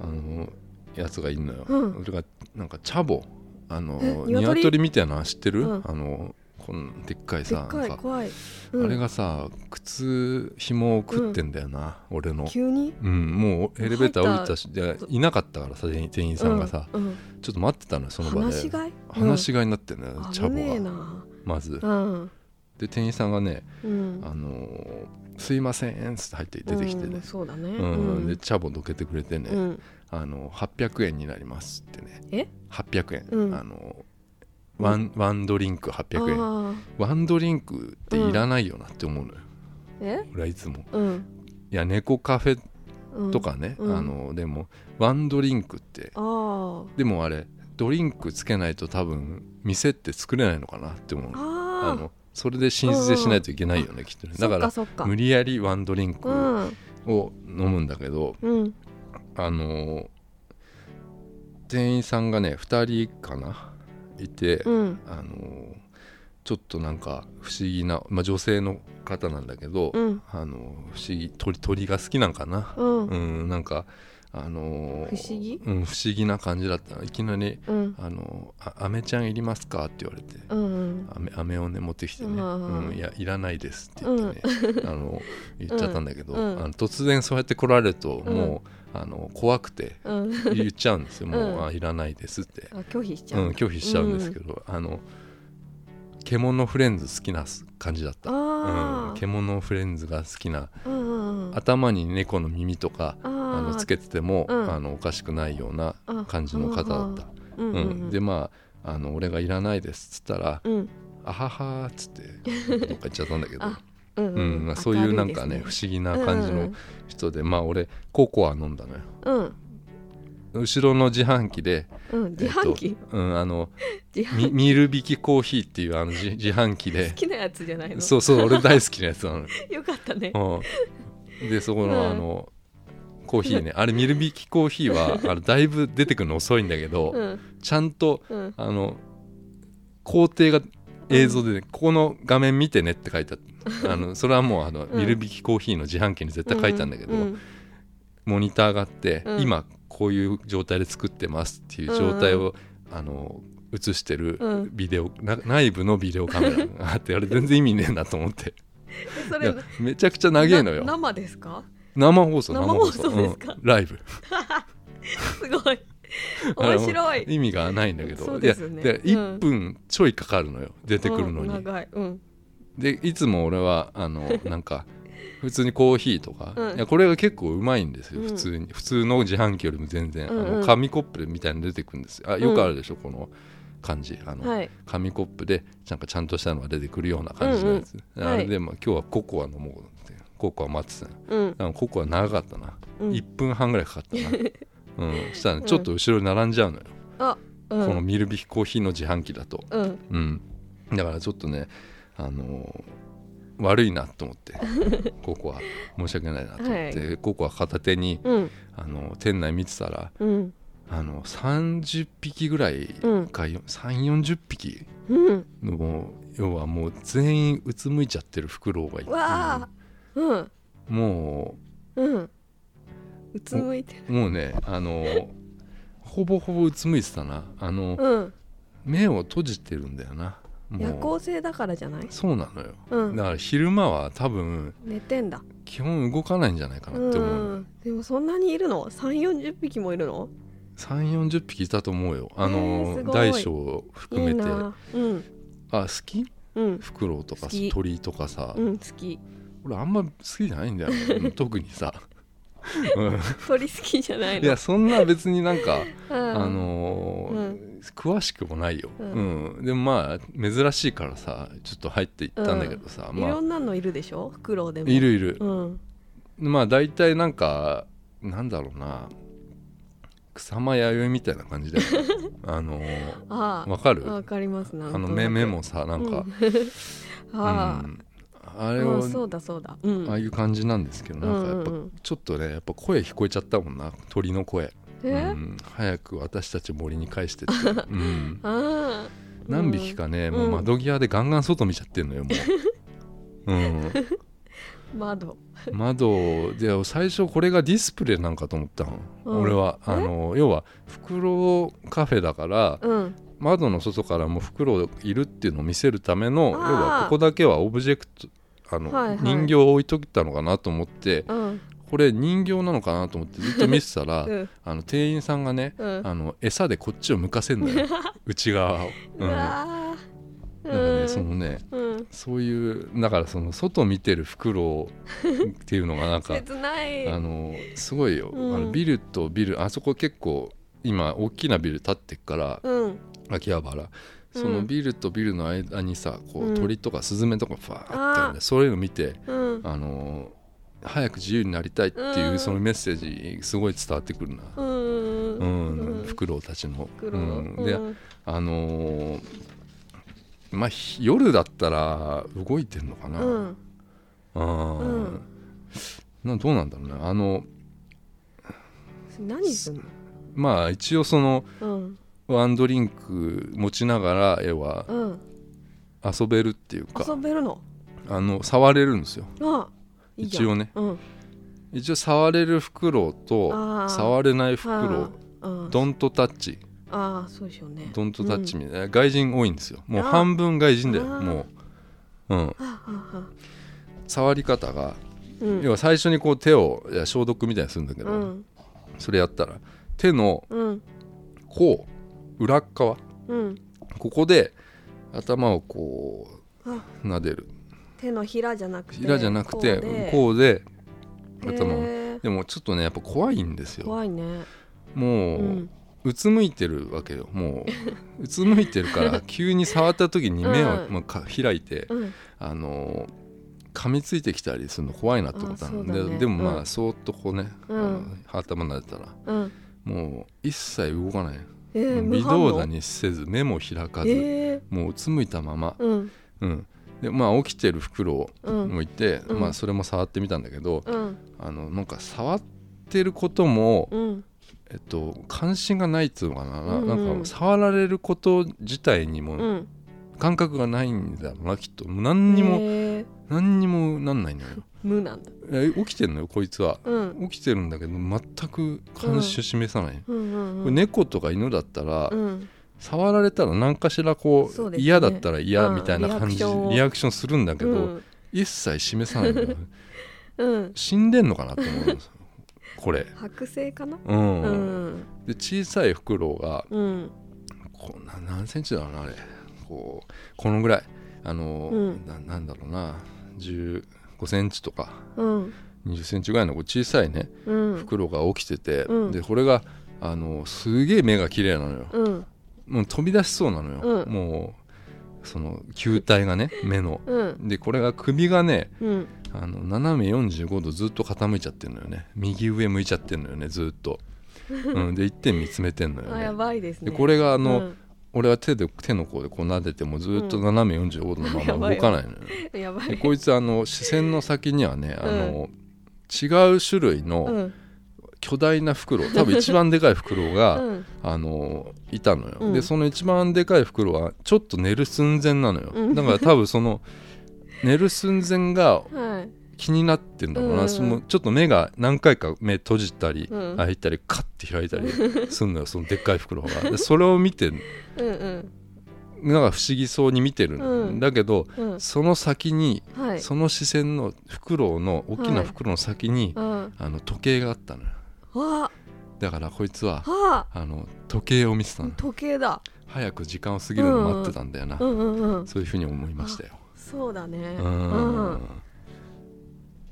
S1: あのやつがいるのよ、
S2: うん
S1: 俺がなんかチャボあの
S2: え
S1: ニワトリみたいなの知ってる、
S2: うん
S1: あのこんでっかい
S2: で
S1: さ
S2: っかい
S1: なんか
S2: 怖い
S1: あれ
S2: うん
S1: がさ靴紐を食ってんだよな、俺の。
S2: 急に
S1: うん、もうエレベーター降りたしでいなかったからさ店員店員さんがさ、
S2: うんうん
S1: ちょっと待ってたのよその場で
S2: 話しがい
S1: 話し飼いになってんだよ、チャ
S2: 危ねえ
S1: ボが
S2: な
S1: まず
S2: うん
S1: で店員さんがね
S2: う
S1: 「
S2: ん
S1: あのーすいません」っつって入って出てきて
S2: う
S1: ね
S2: ん、そうだね
S1: うん
S2: うん
S1: でチャボどけてくれてね、
S2: うん
S1: あの800円になりますってね
S2: え
S1: 800円、
S2: うん
S1: あのワンワンドリンク800円
S2: あー
S1: ワンドリンクっていらないよなって思うのよ、
S2: え
S1: 俺はいつも
S2: うん
S1: いや猫カフェ
S2: うん
S1: とかね、
S2: うん
S1: あのでもワンドリンクって
S2: あー
S1: でもあれドリンクつけないと多分店って作れないのかなって思うのあ
S2: あー
S1: のそれで申請しないといけないよねきっとねだから
S2: そっかそっか
S1: 無理やりワンドリン
S2: う
S1: ク
S2: ん
S1: を飲むんだけど、
S2: うん
S1: あのー店員さんがね2人かないて、
S2: うん
S1: あのーちょっとなんか不思議な、まあ、女性の方なんだけど、
S2: うん
S1: あのー不思議鳥鳥が好きなんかな、
S2: うん
S1: うんなんかあのー
S2: 不思議
S1: うん、不思議な感じだったのいきなり
S2: うん
S1: あのーあ「アメちゃんいりますか?」って言われて
S2: うん
S1: アメ飴をね持ってきてね「
S2: うんうんうん
S1: うん、いやいらないです」って言ってね、あの言っちゃったんだけど、
S2: うんうん
S1: あの突然そうやって来られるともう、あの怖くて
S2: うん
S1: 言っちゃうんですよ「もう、
S2: うん
S1: あいらないです」って、
S2: あ拒否しち
S1: う、
S2: ゃうん
S1: 拒否しちゃうんですけど、あの獣フレンズ好きな感じだった。う
S2: あ
S1: ん、
S2: ー
S1: 獣フレンズが好きな
S2: うんうんうんあ
S1: 頭に猫の耳とかあの
S2: ー
S1: つけてても、
S2: うん
S1: あのおかしくないような感じの方だった、
S2: うん
S1: う
S2: うんん
S1: でまああの俺がいらないですっつったら、
S2: うん
S1: あははーっつってどっか行っちゃったんだけど、
S2: あうんう
S1: うんんまあ、そういうなんかね
S2: 明るいで
S1: 不
S2: す
S1: 思議な感じの人で、まあ俺ココア飲んだのよ
S2: うん
S1: 後ろの自販機で、
S2: うん自販機
S1: えっとうん、あの
S2: 自販
S1: みミール引きコーヒーっていうあの自自販機で
S2: 好きなやつじゃないの
S1: そうそう俺大好きなやつなのよ、
S2: よかったね
S1: うん、でそこの、
S2: うん
S1: あのコーヒーねあれミルビキコーヒーはあれだいぶ出てくるの遅いんだけど、
S2: うん
S1: ちゃんと
S2: うん
S1: あの工程が映像でね、ここの画面見てねって書いてあってあ のそれはもうあの、
S2: うん
S1: ミルビキコーヒーの自販機に絶対書いてあるんだけど、
S2: うん
S1: モニターがあって、
S2: うん
S1: 今こういう状態で作ってますっていう状態を、あの映してる
S2: うん
S1: ビデオ、な内部のビデオカメラ があってあれ全然意味ねえなと思って
S2: そ
S1: い
S2: れ
S1: やめちゃくちゃ長えのよ
S2: な生ですか
S1: 生放送
S2: 生放送ですか
S1: うんライブ
S2: すごい面 白
S1: あ
S2: い
S1: の意味がないんだけど
S2: そうですよね
S1: いやで
S2: うん
S1: 1分ちょいかかるのよ出てくるのに、
S2: うん長いうん
S1: でいつも俺はあの なんか普通にコーヒーとか、
S2: うん
S1: いやこれが結構うまいんですよ、
S2: うん
S1: 普通に普通の自販機よりも全然、
S2: うんうん
S1: あの紙コップみたいに出てくるんですよあよくあるでしょ、この感じあの、
S2: はい
S1: 紙コップでなんかちゃんとしたのが出てくるような感じのやつ、
S2: うん
S1: あれで、まあ、今日はココア飲もうってココア待ってたの
S2: うん
S1: でもココア長かったな、
S2: うん
S1: 1分半ぐらいかかったな うんそしたらねちょっと後ろに並んじゃうのよ、
S2: あうん
S1: このミルビヒコーヒーの自販機だと
S2: うん
S1: うん、だからちょっとね、あのー悪いなと思って ココア申し訳ないなと思って、ココア片手に、
S2: うん
S1: あのー店内見てたら、
S2: うん
S1: あのー30匹ぐらい
S2: うん
S1: か、よ3 4 0匹
S2: うん
S1: のもう要はもう全員うつむいちゃってるフクロウがいて
S2: わあうん
S1: も
S2: うんうつむいてる
S1: うもうね、あのーほぼほぼうつむいてたなあの、
S2: うん
S1: 目を閉じてるんだよなもう
S2: 夜行性だからじゃない
S1: そうなのよ、
S2: うん
S1: だから昼間は多分
S2: 寝てんだ
S1: 基本動かないんじゃないかなって思う、
S2: うんでもそんなにいるの3 4 0匹もいるの
S1: 3 4 0匹いたと思うよあ
S2: えー
S1: の
S2: すごい
S1: 大小を含
S2: いい
S1: めて
S2: なうん
S1: あ好き
S2: うん
S1: フクロウとか
S2: 好き
S1: 鳥とかさ、
S2: うん好き
S1: 俺あんま好きじゃないんだよねうん 特に さ、う
S2: 鳥好きじゃない
S1: ん、い
S2: の
S1: やそんな別になんか、
S2: うん
S1: あのー
S2: う
S1: 詳しくもないよ、う
S2: うん
S1: でもまあ珍しいからさちょっと入っていったんだけどさ、
S2: い
S1: ま
S2: ろ
S1: あ
S2: んなのいるでしょフクロウでも
S1: いるいる
S2: う、ん
S1: まあ大体なんかなんだろうな草間弥生みたいな感じで あの
S2: あ
S1: わか
S2: あ
S1: る
S2: わかりますな
S1: あ
S2: んとな
S1: の
S2: く
S1: 目目もさなんか、
S2: うん
S1: うん
S2: あ
S1: あ
S2: あ、
S1: れ
S2: う
S1: を
S2: んそうだそうだうん
S1: ああいう感じなんですけどなんかやっぱ
S2: うんうんうん
S1: ちょっとねやっぱ声聞こえちゃったもんな鳥の声、
S2: え、
S1: うん、早く私たち森に返 してって、うん、
S2: ああ
S1: 何匹かね、
S2: ん
S1: もう窓際でガンガン外見ちゃってんのよも う、
S2: 窓
S1: うん、窓で最初これがディスプレイなんかと思ったの、
S2: うん
S1: 俺は
S2: え
S1: あの要は袋カフェだから
S2: うん
S1: 窓の外からも袋いるっていうのを見せるための
S2: あー
S1: 要はここだけはオブジェクトあの、
S2: はいはい
S1: 人形を置いといたのかなと思って
S2: うん
S1: これ人形なのかなと思ってずっと 見てたら、
S2: うん
S1: あの店員さんがね
S2: うん
S1: あの餌でこっちを向かせん だよ内側を、うん、な
S2: う
S1: んか
S2: わー
S1: ねそのね
S2: うんうん
S1: そういうだからその外見てる 袋っていうのがなんか
S2: 切ない
S1: あのすごいよ、
S2: うん
S1: あのビルとビルあそこ結構今大きなビル建ってっから
S2: うん
S1: 秋葉原
S2: うん
S1: そのビルとビルの間にさこ
S2: う
S1: うん鳥とかスズメとかファーってあるん
S2: あ
S1: でそういうの見て
S2: うん
S1: あの早く自由になりたいっていううんそのメッセージすごい伝わってくるな。
S2: うん
S1: うん、
S2: ふ
S1: フクロウたちの。
S2: くろ
S1: うん
S2: う
S1: で、
S2: ん
S1: あのーまあひ夜だったら動いてんのかな、
S2: うん
S1: あー
S2: うん
S1: などうなんだろうなあの
S2: 何すんの
S1: まあ一応その
S2: うん
S1: ワンドリンク持ちながら絵は
S2: うん
S1: 遊べるっていう
S2: 遊
S1: か
S2: べるの
S1: あの触れるんですよ
S2: あいいじゃん
S1: 一応ね
S2: うん
S1: 一応触れるフクロウ
S2: あ
S1: と
S2: ー
S1: 触れないフクロウ
S2: うん
S1: ドントタッチ
S2: ああそうでしょうね
S1: ドントタッチみたいな、外人多いんですよもう半分外人だよ
S2: あー
S1: もう、うん、
S2: はあはあはあ
S1: 触り方が
S2: うん
S1: 要は最初にこう手をいや消毒みたいにするんだけど、
S2: うん
S1: それやったら手の
S2: うん
S1: こう裏っ側
S2: うん
S1: ここで頭をこ
S2: あ
S1: う撫でる
S2: 手のひらじゃなくて
S1: ひらじゃなくてこうで頭を
S2: へー
S1: でもちょっとねやっぱ怖いんですよ
S2: 怖いね
S1: もう、
S2: う
S1: うんつむいてるわけよもううつむいてる から急に触った時に目を、
S2: うん
S1: まあか開いて、
S2: うん
S1: あのー噛みついてきたりするの怖いなと思ったの
S2: あそうだね
S1: ででもまあ、
S2: うん
S1: そーっとこうね、
S2: うん
S1: あの頭撫でたら
S2: うん
S1: もう一切動かない、
S2: えー無
S1: 微
S2: 反応
S1: 動だにせず目も開かず、
S2: えー
S1: もううつむいたまま、
S2: うん
S1: うんでまあ起きてる袋
S2: うん
S1: もいて、
S2: うん
S1: まあ、それも触ってみたんだけど、
S2: うん
S1: あのなんか触ってることも、
S2: うん
S1: えっと、関心がないっつうのかな,な、
S2: うんうん
S1: なんか触られること自体に
S2: う
S1: も
S2: ん
S1: 感覚がないんだろうなきっともう何にも、
S2: えー
S1: 何にもなんないのよ
S2: 無なんだ
S1: え起きてんのよこいつは
S2: うん
S1: 起きてるんだけど全く関心示さない、
S2: うんうん
S1: こ
S2: う
S1: れ
S2: ん
S1: 猫とか犬だったら、
S2: うん
S1: 触られたら何かしらこう
S2: そうですね
S1: 嫌だったら嫌
S2: うん
S1: みたいな感じ
S2: リアクションを
S1: リアクションするんだけど、
S2: うん
S1: 一切示さないんだよね
S2: うん
S1: 死んでんのかなと思うんですよこれ。
S2: 剥製かな
S1: うん
S2: うん
S1: で小さいフクロウが
S2: うん
S1: こうな何センチだろうなあれこうこのぐらいあの、
S2: うん
S1: ななんだろうな15センチとか
S2: うん
S1: 20センチぐらいのこう小さいね
S2: うん
S1: フクロウが起きてて、
S2: うん
S1: でこれがあのすげえ目が綺麗なのよ。
S2: うん
S1: もう飛び出しそうなのよ、
S2: うん
S1: もうその球体がね目の
S2: うん
S1: でこれが首がね
S2: うん
S1: あの斜め45度ずっと傾いちゃってるのよね右上向いちゃってるのよねずっと、うん、で一点見つめてんのよ
S2: あや
S1: ね
S2: ばいです
S1: で
S2: ね
S1: これがあの、
S2: うん
S1: 俺は手で手の甲でこう撫でてもずっと斜め45度の まま動かないのよ、
S2: やば
S1: で
S2: い
S1: こいつあの視線の先にはねあの、違う種類
S2: う
S1: の
S2: ん
S1: 巨大な袋多分一番でかい袋が、
S2: うん
S1: あのいたのよ、
S2: うん
S1: でその一番でかい袋はちょっと寝る寸前なのよ、
S2: うん
S1: だから多分その 寝る寸前が
S2: はい
S1: 気になってんだろうな、
S2: うん
S1: そのちょっと目が何回か目閉じたり、
S2: うん
S1: 開いたりカッて開いたりすんのよそのでっかい袋がでそれを見て
S2: うん
S1: なんか不思議そうに見てるの、
S2: うん
S1: だけど
S2: うんうん
S1: その先に、
S2: はい
S1: その視線の袋の大きな袋の先に、
S2: うんわ
S1: あの時計があったのよ
S2: あ
S1: だからこいつは
S2: は
S1: あの時計を見てたの
S2: あ時計だ
S1: 早く時間を過ぎるのを待ってたんだよな、
S2: うんうんうん
S1: そういうふうに思いましたよ。
S2: そうだね
S1: う
S2: うん
S1: ん。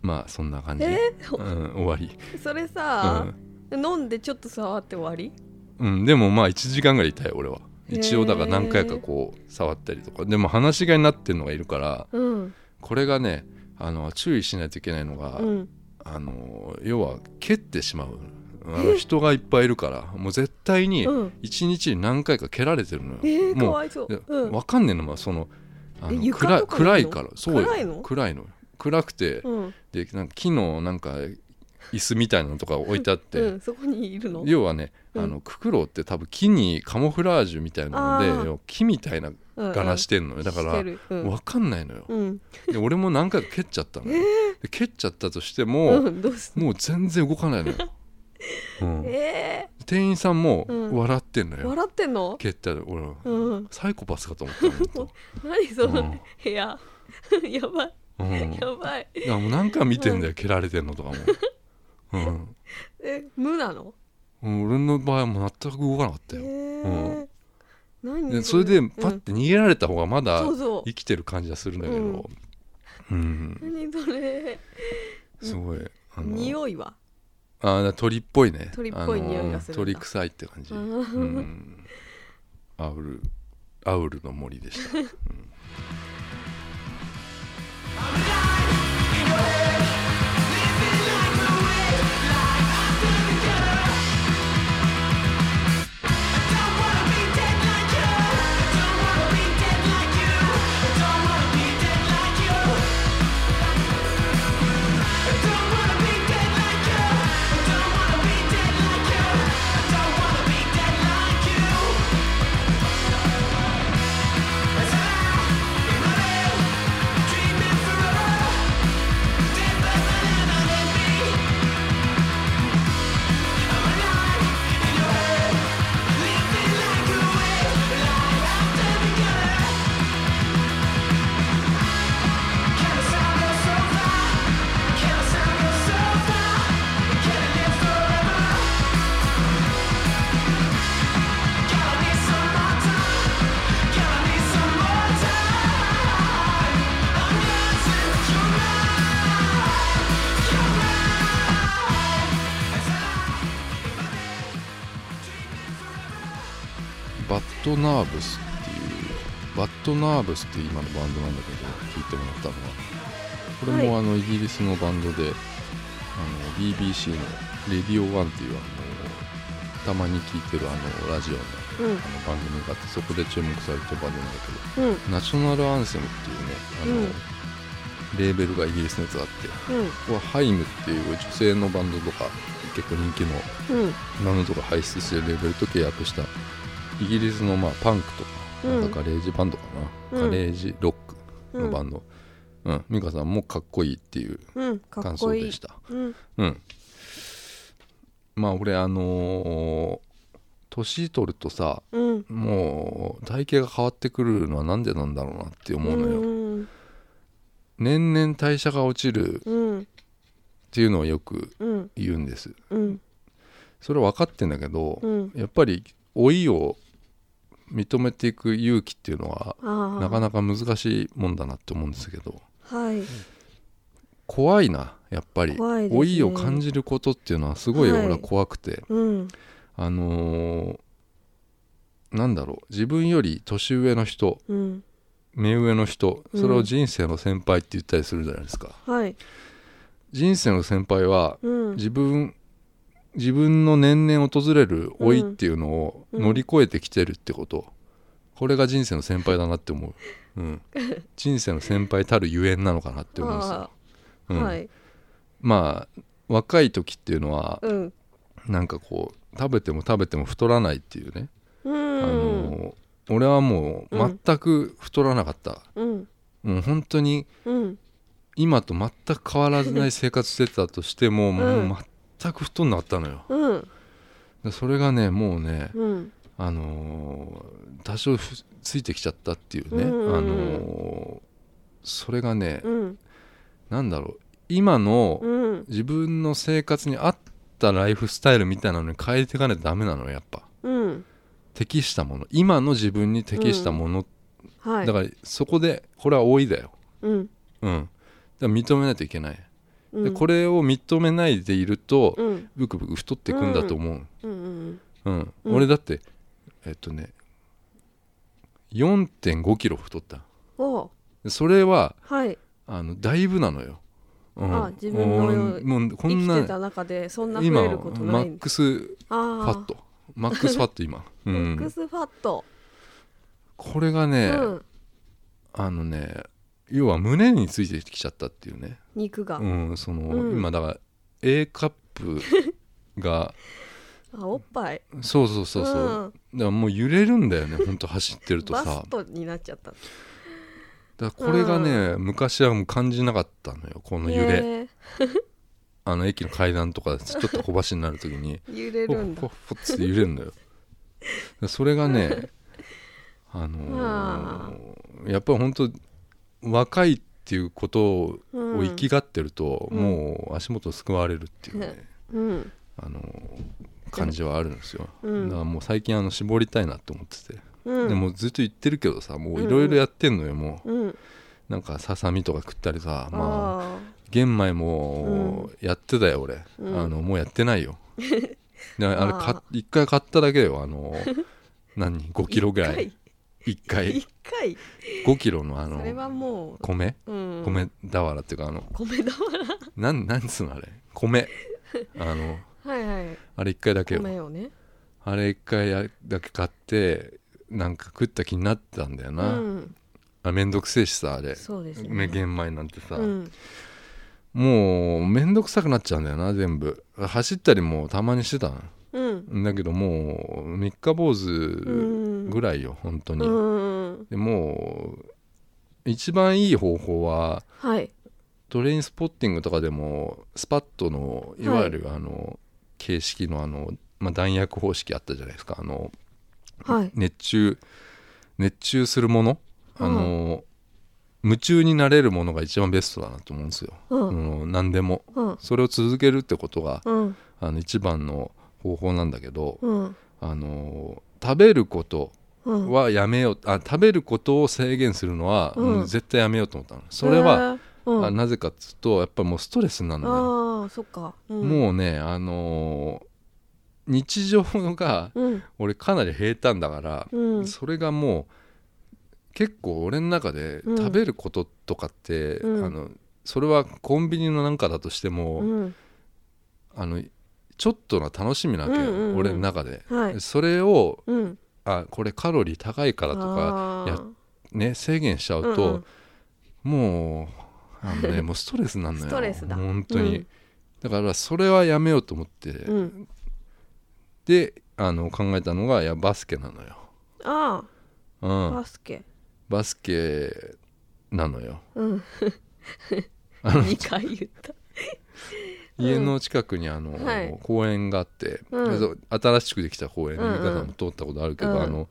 S1: まあそんな感じ。
S2: え
S1: うん、終わり。
S2: それさ飲んでちょっと触って終わり
S1: うん、うんでもまあ1時間ぐらいいたよ俺は。
S2: へー
S1: 一応だから何回かこう触ったりとかでも話し飼いになってるのがいるから
S2: うん
S1: これがねあの注意しないといけないのが、
S2: うん
S1: あの要は蹴ってしまうあの人がいっぱいいるからもう絶対に
S2: うん
S1: 一日に何回か蹴られてるのよ、
S2: えー、か
S1: も
S2: わいそう
S1: うで
S2: うん
S1: わかんねえのまそのあ
S2: え
S1: の
S2: 床
S1: 暗い
S2: とか
S1: 暗
S2: ないの
S1: からそうよ
S2: 暗いの
S1: 暗いの暗くて、
S2: うん
S1: でなんか木のなんか椅子みたいなのとか置いてあって、
S2: うん、そこにいるの
S1: 要はね、
S2: うん
S1: あのククロウって多分木にカモフラージュみたいなので
S2: あー
S1: 要は木みたいな柄してんのよだから
S2: 分うん
S1: 分かんないのよ
S2: うん
S1: で俺も何回か蹴っちゃったのよ、で蹴っちゃったとしても、
S2: うん、どうす
S1: もう全然動かないのよ、うん
S2: え
S1: 店員さんも
S2: うん
S1: 笑ってんの
S2: ー、
S1: よ、
S2: 笑ってんの
S1: 蹴ったら俺は
S2: うん
S1: サイコパスかと思ったのほんと
S2: 何その
S1: うん
S2: 部屋 やばい
S1: うんい
S2: やばい
S1: やもう何回見てんだよ蹴られてんのと かも、うん
S2: え無なの
S1: うん、俺の場合は全く動かなかった
S2: え
S1: よ、
S2: ー何
S1: でそれでパ
S2: う
S1: ッ
S2: ん
S1: て逃げられた方がまだ
S2: そうそ
S1: 生きてる感じはするんだけど、うん
S2: う何それ
S1: すごいあの
S2: 匂いは
S1: あー鳥っぽいね
S2: 鳥っぽい匂いがす
S1: あの
S2: るんだ
S1: 鳥臭いって感じ、
S2: う
S1: うんん、アウルアウルの森でした、うんバッドナーブスっていうバッドナーブスっていう今のバンドなんだけど聴いてもらったのはこれもあのイギリスのバンドで、あの BBC の「レディオワンっていうあのたまに聴いてるあのラジオのあ
S2: うん
S1: の番組があってそこで注目されてるバンドなんだけど
S2: うん
S1: ナショナルアンセムっていうねあの、
S2: うん
S1: レーベルがイギリスのやつがあってこ
S2: うん
S1: こはハイムっていう女性のバンドとか結構人気の
S2: うん
S1: バンドとか輩出してるレーベルと契約したイギリスのまあパンクとか,、
S2: うん
S1: なんかガレージバンドかな、
S2: うん
S1: ガレージロックのバンド、うん美香さんもかっこいいっていう
S2: うんか
S1: 感
S2: っ
S1: 想
S2: こい
S1: で
S2: い
S1: した
S2: うん
S1: うんまあ俺あのー年取るとさ
S2: うん
S1: もう体型が変わってくるのはなんでなんだろうなって思うのよ、
S2: うん
S1: 年々代謝が落ちる
S2: うん
S1: っていうのをよく
S2: うん
S1: 言うんです
S2: うん
S1: それは分かってんだけど、
S2: うん
S1: やっぱり老いを認めていく勇気っていうのは
S2: ああ
S1: なかなか難しいもんだなって思うんですけど
S2: はい
S1: 怖いなやっぱり、
S2: 怖いですね
S1: 老いを感じることっていうのはすごい
S2: はい
S1: 俺は怖くて、
S2: うん
S1: あのーなんだろう自分より年上の人
S2: うん
S1: 目上の人それ
S2: う
S1: を
S2: ん
S1: 人生の先輩って言ったりするじゃないですか、
S2: はい
S1: 人生の先輩は
S2: うん
S1: 自分自分の年々訪れる老いっていうのを
S2: うん
S1: 乗り越えてきてるってこと、これが人生の先輩だなって思う、うん、人生の先輩たるゆえんなのかなって思うんですよ
S2: あ、あ
S1: うん
S2: はい
S1: まあ若い時っていうのは
S2: うん
S1: なんかこう食べても食べても太らないっていうね、
S2: う
S1: あ
S2: ん
S1: の俺はもう全く太らなかった、
S2: うん
S1: もう本当に
S2: うん
S1: 今と全く変わらない生活してたとしても、
S2: ん
S1: もう全く太んなかったのよ
S2: うん
S1: でそれがねもうね、
S2: うん
S1: あのー多少ふついてきちゃったっていうね、
S2: うんうんうん
S1: あのーそれがね、
S2: うん
S1: なんだろう今の
S2: うん
S1: 自分の生活に合ったライフスタイルみたいなのに変えていかないとダメなのよやっぱ
S2: うん
S1: 適したもの今の自分に適したもの、
S2: はい
S1: だからそこでこれは多いだよ
S2: うん
S1: うんだから認めないといけない、
S2: うん
S1: でこれを認めないでいると、
S2: うん
S1: ブクブク太っていくんだと思う、
S2: うんうん
S1: うん、
S2: うん
S1: 俺だってえっとね4 5キロ太った
S2: お
S1: でそれは
S2: はい
S1: あのだいぶなのよ、うん
S2: あ自分の
S1: 俺もうこ
S2: 生
S1: ん
S2: き
S1: な
S2: てた中でそんな増
S1: 今
S2: えること
S1: マ
S2: ないん
S1: ックスフ
S2: あー
S1: ァットマックスファット 今、う
S2: マック
S1: ん、
S2: スファット、
S1: これがね、
S2: うん、
S1: あのね要は胸についてきちゃったっていうね、
S2: 肉が、
S1: うん、その、
S2: うん
S1: 今だから A カップ が
S2: あおっぱい
S1: そうそうそうそう、だからもう揺れるんだよね本当走ってる
S2: ん、
S1: と
S2: バ
S1: さ
S2: ストになっちゃった
S1: だからこれがね、昔はもう感じなかったのよこの揺れ、
S2: へ
S1: あの駅の階段とかでちょっと小走りになるときに
S2: ー揺れ
S1: ポ
S2: るん
S1: ッ
S2: だ
S1: ポッポッつって揺れるんだよだからそれが ねあのー
S2: ま
S1: やっぱり本当若いっていうことを
S2: うん
S1: を生きがってると、
S2: うん
S1: もう足元を救われるっていうね、
S2: うん
S1: あの感じはあるんですよ、
S2: うん
S1: だからもう最近あの絞りたいなって思ってて、
S2: うん
S1: でもずっと言ってるけどさもういろいろやってんのよ、もう
S2: うん
S1: なんかささみとか食ったりさまあ
S2: あ
S1: 玄米もやってたよ俺、
S2: うん
S1: あのもうやってない よであれ
S2: まあ
S1: か一回買っただけよあの何5
S2: ー
S1: キロぐらい一回
S2: 一回一
S1: 5キロのあ
S2: 回それは
S1: の
S2: もう
S1: 米
S2: うん
S1: 米俵っていうかあの
S2: 米玉
S1: なんなんつうのあれ米あの
S2: はいはい
S1: あれ一回だけよ
S2: 米をね
S1: あれ一回やだけ買ってなんか食った気になったんだよ
S2: う
S1: な、
S2: ん
S1: あめんどくせえしさあれ、
S2: そうですね
S1: め玄米なんてさ、
S2: うん
S1: もうめんどくさくなっちゃうんだよな全部走ったりもたまにしてた
S2: うん
S1: んだけどもう三日坊主ぐ
S2: ぐ
S1: らいよ、本当に、
S2: うん
S1: でもう一番いい方法は
S2: はい
S1: トレインスポッティングとかでもスパッとのいわゆるあの、形式のあの、まあ、弾薬方式あったじゃないですかあの
S2: はい
S1: 熱中熱中するもの、あの夢中になれるものが一番ベストだなと思うんですよ、
S2: う
S1: あ
S2: ん
S1: の何でも
S2: うん
S1: それを続けるってことが
S2: うん
S1: あの一番の方法なんだけど、
S2: うん
S1: あの食べること
S2: うん
S1: はやめようあ食べることを制限するのは、
S2: うん
S1: うん絶対やめようと思ったのそれは、
S2: えーうん
S1: あなぜかっつうとやっぱりもうストレスになるのよ、
S2: ああそっかうん
S1: もうねあのー日常が
S2: うん
S1: 俺かなり平坦だから、
S2: うん
S1: それがもう結構俺の中で
S2: うん
S1: 食べることとかって、
S2: うん
S1: あのそれはコンビニのなんかだとしても、
S2: うん
S1: あのちょっとの楽しみなわけよ、
S2: うんうんうん
S1: 俺の中で、
S2: はい
S1: それを
S2: うん
S1: あこれカロリー高いからとか
S2: あー
S1: やね制限しちゃうと、
S2: うん
S1: もうあの ねもうストレスなんのよ
S2: ストレスだ
S1: 本当に、
S2: うん
S1: だからそれはやめようと思って、
S2: うん
S1: であの考えたのがいやバスケなのよ、
S2: あ
S1: う
S2: あ
S1: ん、
S2: バスケ
S1: バスケなのよ
S2: うん
S1: あの
S2: 二回言 ったうん
S1: 家の近くにあの、
S2: はい
S1: 公園があって、
S2: うん
S1: そう新しくできた公園
S2: うんうん
S1: 三方も通ったことあるけど、
S2: うん
S1: あの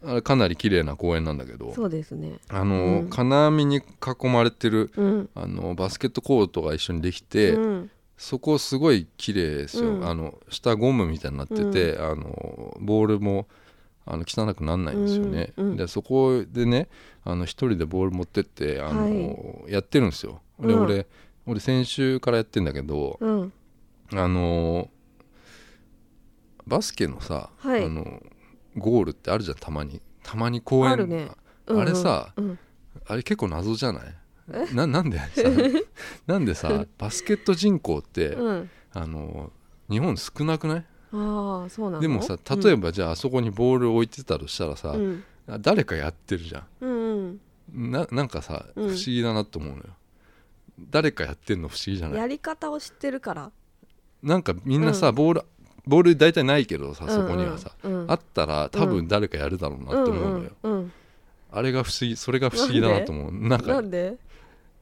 S1: あれかなり綺麗な公園なんだけど
S2: そうですね
S1: あの、
S2: うん
S1: 金網に囲まれてる
S2: うん
S1: あのバスケットコートが一緒にできて、
S2: うん
S1: そこすごい綺麗ですよ、
S2: うん
S1: あの下ゴムみたいになってて、あのボールもあの汚くならないんですよね、
S2: うんうん
S1: でそこでねあの一人でボール持ってってあの、やってるんですよで、
S2: うん
S1: 俺俺先週からやってんだけど、
S2: うん
S1: あのバスケのさ、
S2: はい
S1: あのゴールってあるじゃんたまにたまに公園
S2: あるねうんうん
S1: あれさ
S2: うん
S1: あれ結構謎じゃないななん でさなんでさバスケット人口って、
S2: うん
S1: あの日本少なくない
S2: ああそうなの
S1: でもさ例え
S2: ば
S1: ばじゃああそこにボール置いてたとしたらさ、
S2: うん
S1: あ誰かやってるじゃ
S2: うんうん
S1: んななんかさ、
S2: うん
S1: 不思議だなと思うのよ誰かやってんの不思議じゃな
S2: や
S1: い
S2: り方を知ってるから
S1: なんかみんなさ、ボールボール大体ないけどさそこにはさ、
S2: うんうん
S1: あったら多分誰かやるだろうなって思うのよ、
S2: うんうん
S1: あれが不思議それが不思議だなと思うなん
S2: うんな
S1: か
S2: んで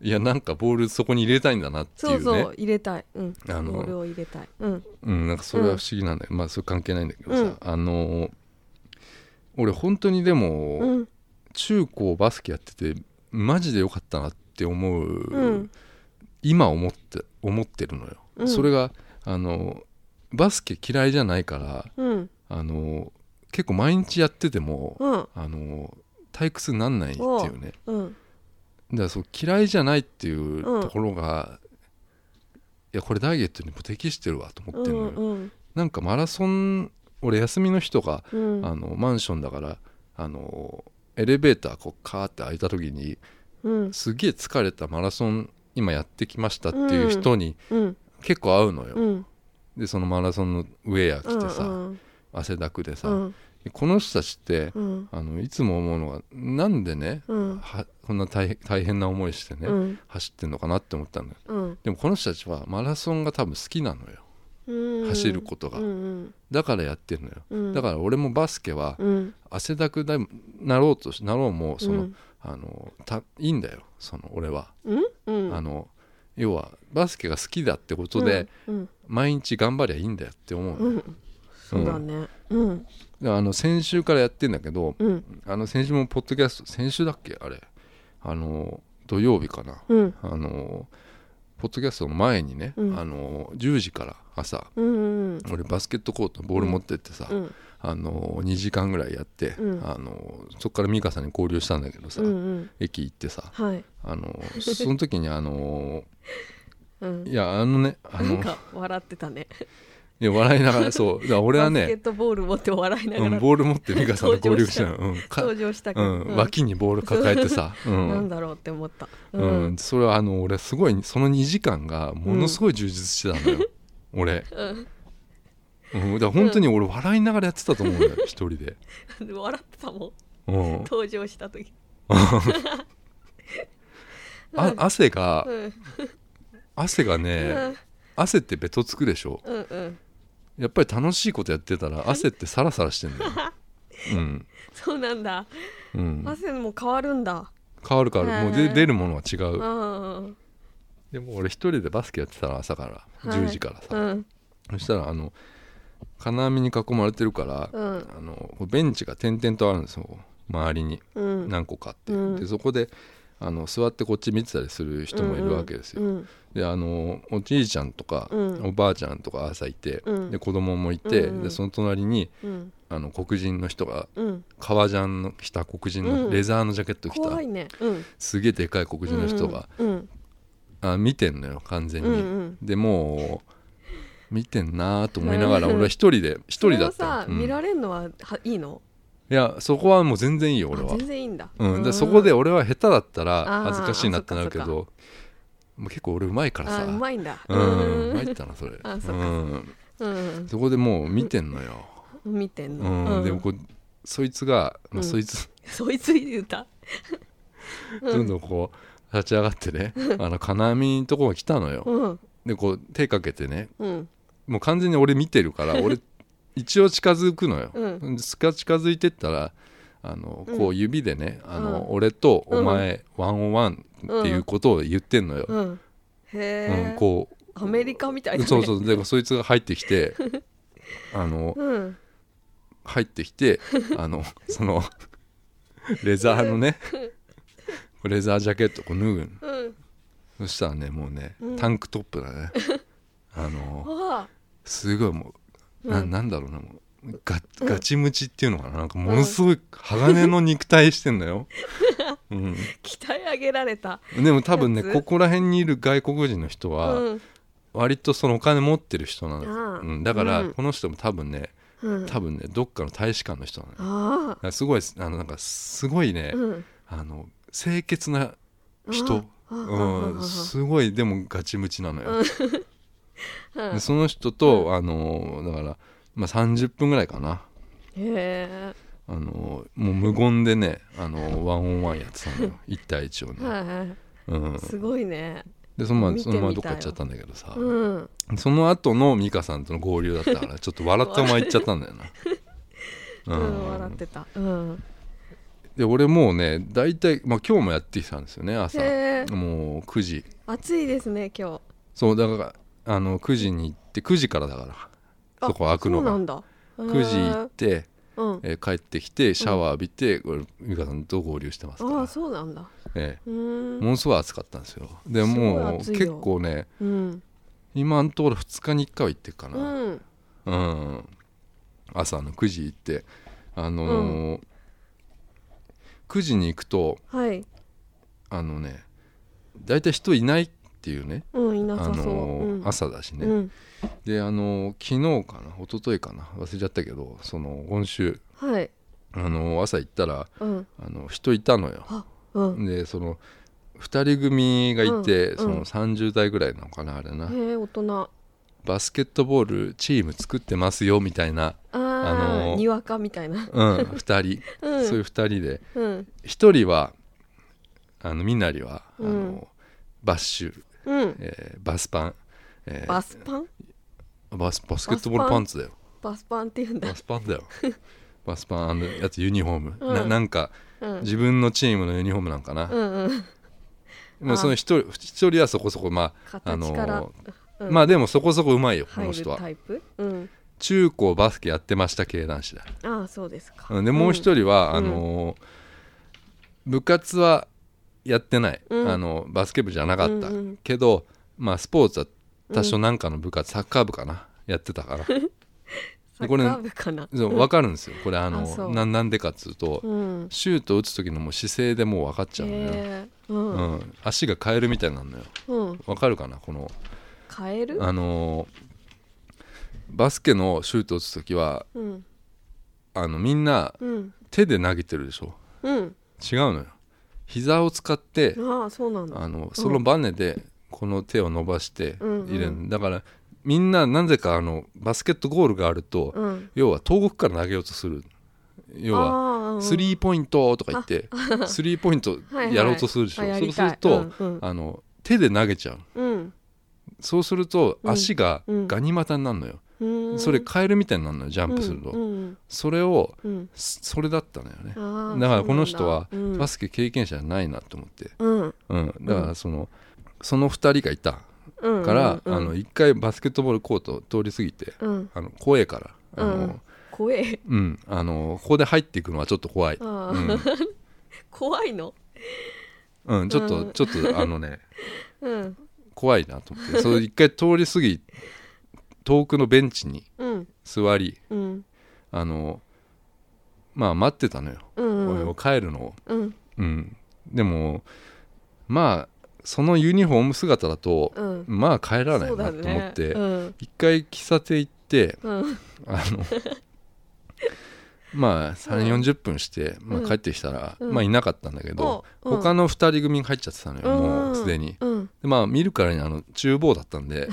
S1: いやなんかボールそこに入れたいんだなっていう
S2: そ
S1: ね
S2: うそう入れたいうん
S1: あの
S2: ボールを入れたいうん
S1: うん、なんかそれは不思議なんだよ、まあそれ関係ないんだけどさ、
S2: うん
S1: あのー俺本当にでも、
S2: うん
S1: 中高バスケやっててマジでよかったなって思う、
S2: うん
S1: 今思って思ってるのよ、
S2: うん
S1: それがあのバスケ嫌いじゃないから
S2: うん
S1: あの結構毎日やってても、
S2: うん
S1: あの退屈になんないっていうね
S2: うん
S1: だからそう嫌いじゃないっていう
S2: うん
S1: ところが、いやこれダイエットにも適してるわと思
S2: う
S1: ってるのよ、
S2: んうん
S1: なんかマラソン俺休みの日とか、
S2: うん
S1: あのマンションだからあのエレベーターこうカーって開いた時に
S2: うん
S1: すげえ疲れたマラソン今やってきましたっていう人に
S2: うん
S1: 結構会うのよ、
S2: うん
S1: でそのマラソンのウェア着てさ、
S2: うん
S1: 汗だくでさ、
S2: うん
S1: でこの人たちって、
S2: うん
S1: あのいつも思うのがなんでね、
S2: うん
S1: はこんな大大変な思いしてね、
S2: うん
S1: 走ってんのかなって思ったのよ
S2: うん
S1: でもこの人たちはマラソンが多分好きなのよ
S2: うん
S1: 走ることが
S2: うん
S1: だからやってるのよ、
S2: うん
S1: だから俺もバスケは
S2: うん
S1: 汗だくだなろうとしなろうもその、
S2: うん
S1: あのたいいんだよその俺は、
S2: うんうん
S1: あの要はバスケが好きだってことで、
S2: うん
S1: 毎日頑張りゃいいんだよって思うの
S2: う
S1: よ、
S2: んうんそうだねうん
S1: であの先週からやってんだけど、
S2: うん
S1: あの先週もポッドキャスト先週だっけあれあの土曜日かな、
S2: うん
S1: あのポッドキャストの前にね、
S2: うん
S1: あの10時から朝
S2: うんうん
S1: 俺バスケットコートボール持ってってさ、
S2: うん
S1: あの2時間ぐらいやって、
S2: うん
S1: あのそっから美香さんに交流したんだけどさ、
S2: うんうん
S1: 駅行ってさ
S2: はい
S1: あのその時にあの
S2: うん
S1: いやあのねあ
S2: な
S1: の
S2: んか笑ってたね
S1: いや笑いなが らそうだから俺は
S2: バスケ
S1: ね
S2: ッ、トボール持って笑いな
S1: う
S2: が
S1: ん、
S2: ら
S1: ボール持って美香さんと交流したの、うんか
S2: 登場したけ
S1: う
S2: ど
S1: ん、脇にボール抱えてさ、う
S2: なん
S1: ん
S2: だろうって思った
S1: うんそれはあの俺すごいその2時間がものすごい充実してたのよ、俺、
S2: うん
S1: うん、だから本当に俺笑いながらやってたと思うんだよ一人で、
S2: 笑ってたもん
S1: うん、
S2: 登場した時
S1: あ汗が
S2: うん
S1: 汗が
S2: う
S1: ね
S2: ん
S1: 汗ってべとつくでしょ
S2: うんうん
S1: やっぱり楽しいことやってたら汗ってサラサラして んだようん
S2: そうなんだ
S1: うん、
S2: 汗も変わるんだ
S1: 変わる変わるもうで
S2: へー
S1: 出るものは違
S2: う
S1: うんでも俺一人でバスケやってたら朝から
S2: はい
S1: 10時から
S2: う
S1: さ、
S2: ん
S1: そしたらあの金網に囲まれてるから、
S2: うん
S1: あのベンチが点々とあるんですよ周りに
S2: うん
S1: 何個かあって、
S2: うん
S1: でそこであの座ってこっち見てたりする人もいるわけですよ、
S2: うん
S1: であのおじいちゃんとか、
S2: うん
S1: おばあちゃんとか朝いて、
S2: うん
S1: で子供もいて、
S2: うんうん
S1: でその隣に
S2: うん
S1: あの黒人の人が
S2: うん
S1: 革ジャンの着た黒人
S2: う
S1: の
S2: ん
S1: レザーのジャケット着た、
S2: 怖いねうん
S1: すげえでかい黒人の人が、
S2: うん
S1: あ見てんのよ完全に、
S2: うんうん
S1: でもう見てんなーと思いながら
S2: うん
S1: 俺は一人で一人だっ
S2: それを
S1: た
S2: さ
S1: の、うん
S2: 見ら
S1: い
S2: れるのははいいの
S1: やそこはもう全然いいよ俺は
S2: あ全然いいんだ
S1: うん、でそこで俺は下手だったら
S2: あー
S1: 恥ずかしいなってなるけ
S2: そっ
S1: どもう結構俺うまいから
S2: あ
S1: さ
S2: うまいんだ
S1: うんうま
S2: う
S1: いっ
S2: ん
S1: たなそれ
S2: あそっかそっか
S1: うん、
S2: うん
S1: そこでもう見てんのよ、
S2: 見てん
S1: う
S2: の
S1: ん
S2: うん
S1: でもこうそいつが、まあ
S2: うん
S1: そいつ
S2: そいつ言うた
S1: どんどんこう立ち上がってね、あの金網のとこが来たのよ、
S2: うん
S1: でこう手かけてね
S2: うん
S1: もう完全に俺見てる から俺一応近づくのよ、
S2: う
S1: 近づいてったらあのこ
S2: う
S1: う指でね、あの
S2: うん
S1: 俺とお前、ワンオンワンっていうことを言ってんのよ、
S2: うん
S1: うん
S2: へえ
S1: こう
S2: アメリカみたいなね
S1: そうそうだからそいつが入ってき てあの
S2: うん
S1: 入ってきてあのそのレザーの ねレザージャケットこう脱ぐの
S2: うん
S1: そしたらねもうね、
S2: うん
S1: タンクトップだ ねあの
S2: わあ
S1: すごいもう、
S2: う
S1: なんなんだろうなもうガガチムチっていうのかななんかものすごい鋼の肉体してんだ よ、うん、
S2: 鍛え上げられた
S1: でも多分ね
S2: やつ
S1: ここら辺にいる外国人の人
S2: う
S1: は、
S2: ん
S1: 割とそのお金持ってる人な
S2: あ
S1: の、
S2: あ
S1: うん、だから
S2: うん
S1: この人も多分ね、
S2: うん
S1: 多分ねどっかの大使館の人なのよだか
S2: あ
S1: らすごいあのなんかすごいね
S2: あ、うん
S1: あの清潔な人
S2: ああ
S1: うん
S2: ああ
S1: すごいでもガチムチなのよ、
S2: うん
S1: でその人とあのだから、まあ、30分ぐらいかな
S2: へ
S1: あのもう無言でねあのワンオンワンやってた のよ1対1を
S2: え
S1: ね、
S2: は
S1: うん
S2: い、すごいね
S1: でそのまま
S2: 見て
S1: そ
S2: み
S1: のま
S2: たい
S1: ま
S2: わ
S1: どっか行っちゃったんだけどさ、
S2: うん
S1: その後の美香さんとの合流だった からちょっと笑ったまま行っちゃったんだよな、
S2: う
S1: うん
S2: ん笑ってたうん
S1: で俺もうね大体、まあ、今日もやってきたんですよね朝
S2: へえ
S1: もう9時
S2: 暑いですね今日
S1: そうだからあの9時に行って9時からだから
S2: あ
S1: そこ開くの
S2: そうな
S1: が
S2: んだ
S1: 9時行っ
S2: へ
S1: て、
S2: えうん
S1: えー帰ってきてシャワー浴びて、これ美香さんと合流してますから
S2: ああそうなんだ
S1: ええ
S2: うーん
S1: ものすごい暑かったんですよです
S2: ごい
S1: もう
S2: 暑いよ
S1: 結構ね
S2: うん
S1: 今のところ2日に1回は行ってるか
S2: う
S1: な、
S2: ん
S1: うん朝の9時行ってあのー9時に行くと
S2: はい
S1: あのね大体人いないっていうね、
S2: うんい
S1: あ
S2: なさ
S1: の
S2: そう
S1: ー
S2: うん
S1: 朝だしね、
S2: うん
S1: であの昨日かな一昨日かな忘れちゃったけどその今週
S2: はい
S1: あの朝行ったら
S2: うん
S1: あの人いたのよ
S2: あうん
S1: でその2人組がいて、
S2: うん
S1: そ
S2: うん
S1: の30代ぐらいなのかなあれな、
S2: へえ大人
S1: バスケットボールチーム作ってますよみたいな、
S2: あー、
S1: あのー
S2: にわかみたいな
S1: うん、2人、
S2: うん
S1: そういう2人で
S2: うん
S1: 1人はあのみなりは、
S2: うん
S1: あのバッシュ、
S2: うん
S1: えーバスパン、えー
S2: バスパン
S1: バスバスケットボールパンツだよ
S2: バスパンって言うんだ
S1: バスパンだよバスパンあのやつユニフォーム、
S2: うん
S1: ななんか
S2: うん
S1: 自分のチームのユニフォームなんかな
S2: う、んうん
S1: もうその一人一人はそこそこまああ
S2: 形から、
S1: の、
S2: うん
S1: まあでもそこそこうまいよこの
S2: 入る
S1: 人は
S2: タイプうん
S1: 中高バスケやってました系男子だ
S2: ああそうですか
S1: うんでもう一人は、
S2: うん
S1: あのー部活はやってない、
S2: うん
S1: あのバスケ部じゃなかった、
S2: うんうん
S1: けど、まあ、スポーツは多少なんかの部活、サッカー部かなやってた から
S2: サ
S1: で
S2: ッ
S1: これ
S2: カー部かな
S1: そう分かるんですよこれあの
S2: あそう
S1: ななんでかっつうと、
S2: うん
S1: シュート打つ時のもう姿勢でもう分かっちゃうのよ、
S2: へえうん
S1: う
S2: うん
S1: ん、足が変えるみたいなのよ分かるかなこの
S2: カエル
S1: あのーバスケのシュート打つ時は
S2: うん
S1: あのみんな
S2: うん
S1: 手で投げてるでしょ
S2: うん
S1: 違うのよ膝を使って
S2: ああそうなんだ
S1: あのそのバネでこの手を伸ばして
S2: うんうん
S1: 入れる、だからみんななぜかあのバスケットゴールがあると、
S2: うん
S1: 要は遠くから投げようとする要は
S2: は
S1: スリーポイントとか言ってスリーポイント
S2: はいはい
S1: やろうとするでしょ、
S2: あや
S1: そう
S2: り
S1: す
S2: たい
S1: ると、
S2: うんうん
S1: あの手で投げちゃう
S2: うん
S1: そうすると
S2: うん
S1: 足が
S2: うん
S1: ガニ股になるのよ、
S2: うん
S1: それカエルみたいになるのよジャンプすると、
S2: うん
S1: それを
S2: うん
S1: そそれだったのよね
S2: うんああ
S1: だからこの人は
S2: そうなんだ
S1: バスケ経験者じゃないなと思って、
S2: うん
S1: うん、だからその、その2人がいた
S2: うん
S1: から、
S2: うん
S1: あの1回バスケットボールコート通り過ぎて
S2: うん
S1: あの怖えからあの、
S2: うん怖え
S1: うんあのここで入っていくのはちょっと怖い、う
S2: あ
S1: ん
S2: あ 怖いの
S1: うん、ちょっと、
S2: うん
S1: ちょっとあのね
S2: うん
S1: 怖いなと思ってそれ1回通り過ぎ遠くのベンチに
S2: うん
S1: 座り
S2: うん
S1: あのまあ待ってたのよ、
S2: うんう
S1: 俺
S2: ん
S1: を帰るのを、
S2: うん
S1: うん、でもまあそのユニフォーム姿だと、
S2: うん
S1: まあ帰らない
S2: そう
S1: な
S2: だ
S1: と思っ
S2: ね
S1: て、
S2: うん
S1: 一回喫茶店行って
S2: うん
S1: あの まあ3 4 0分して、まあ、
S2: うん
S1: 帰ってきたら、
S2: うん
S1: まあいなかったんだけど、
S2: おうん
S1: 他の2人組が入っちゃってたのよ、もううんすでに
S2: うん
S1: でまあ見るからにあの厨房だったん で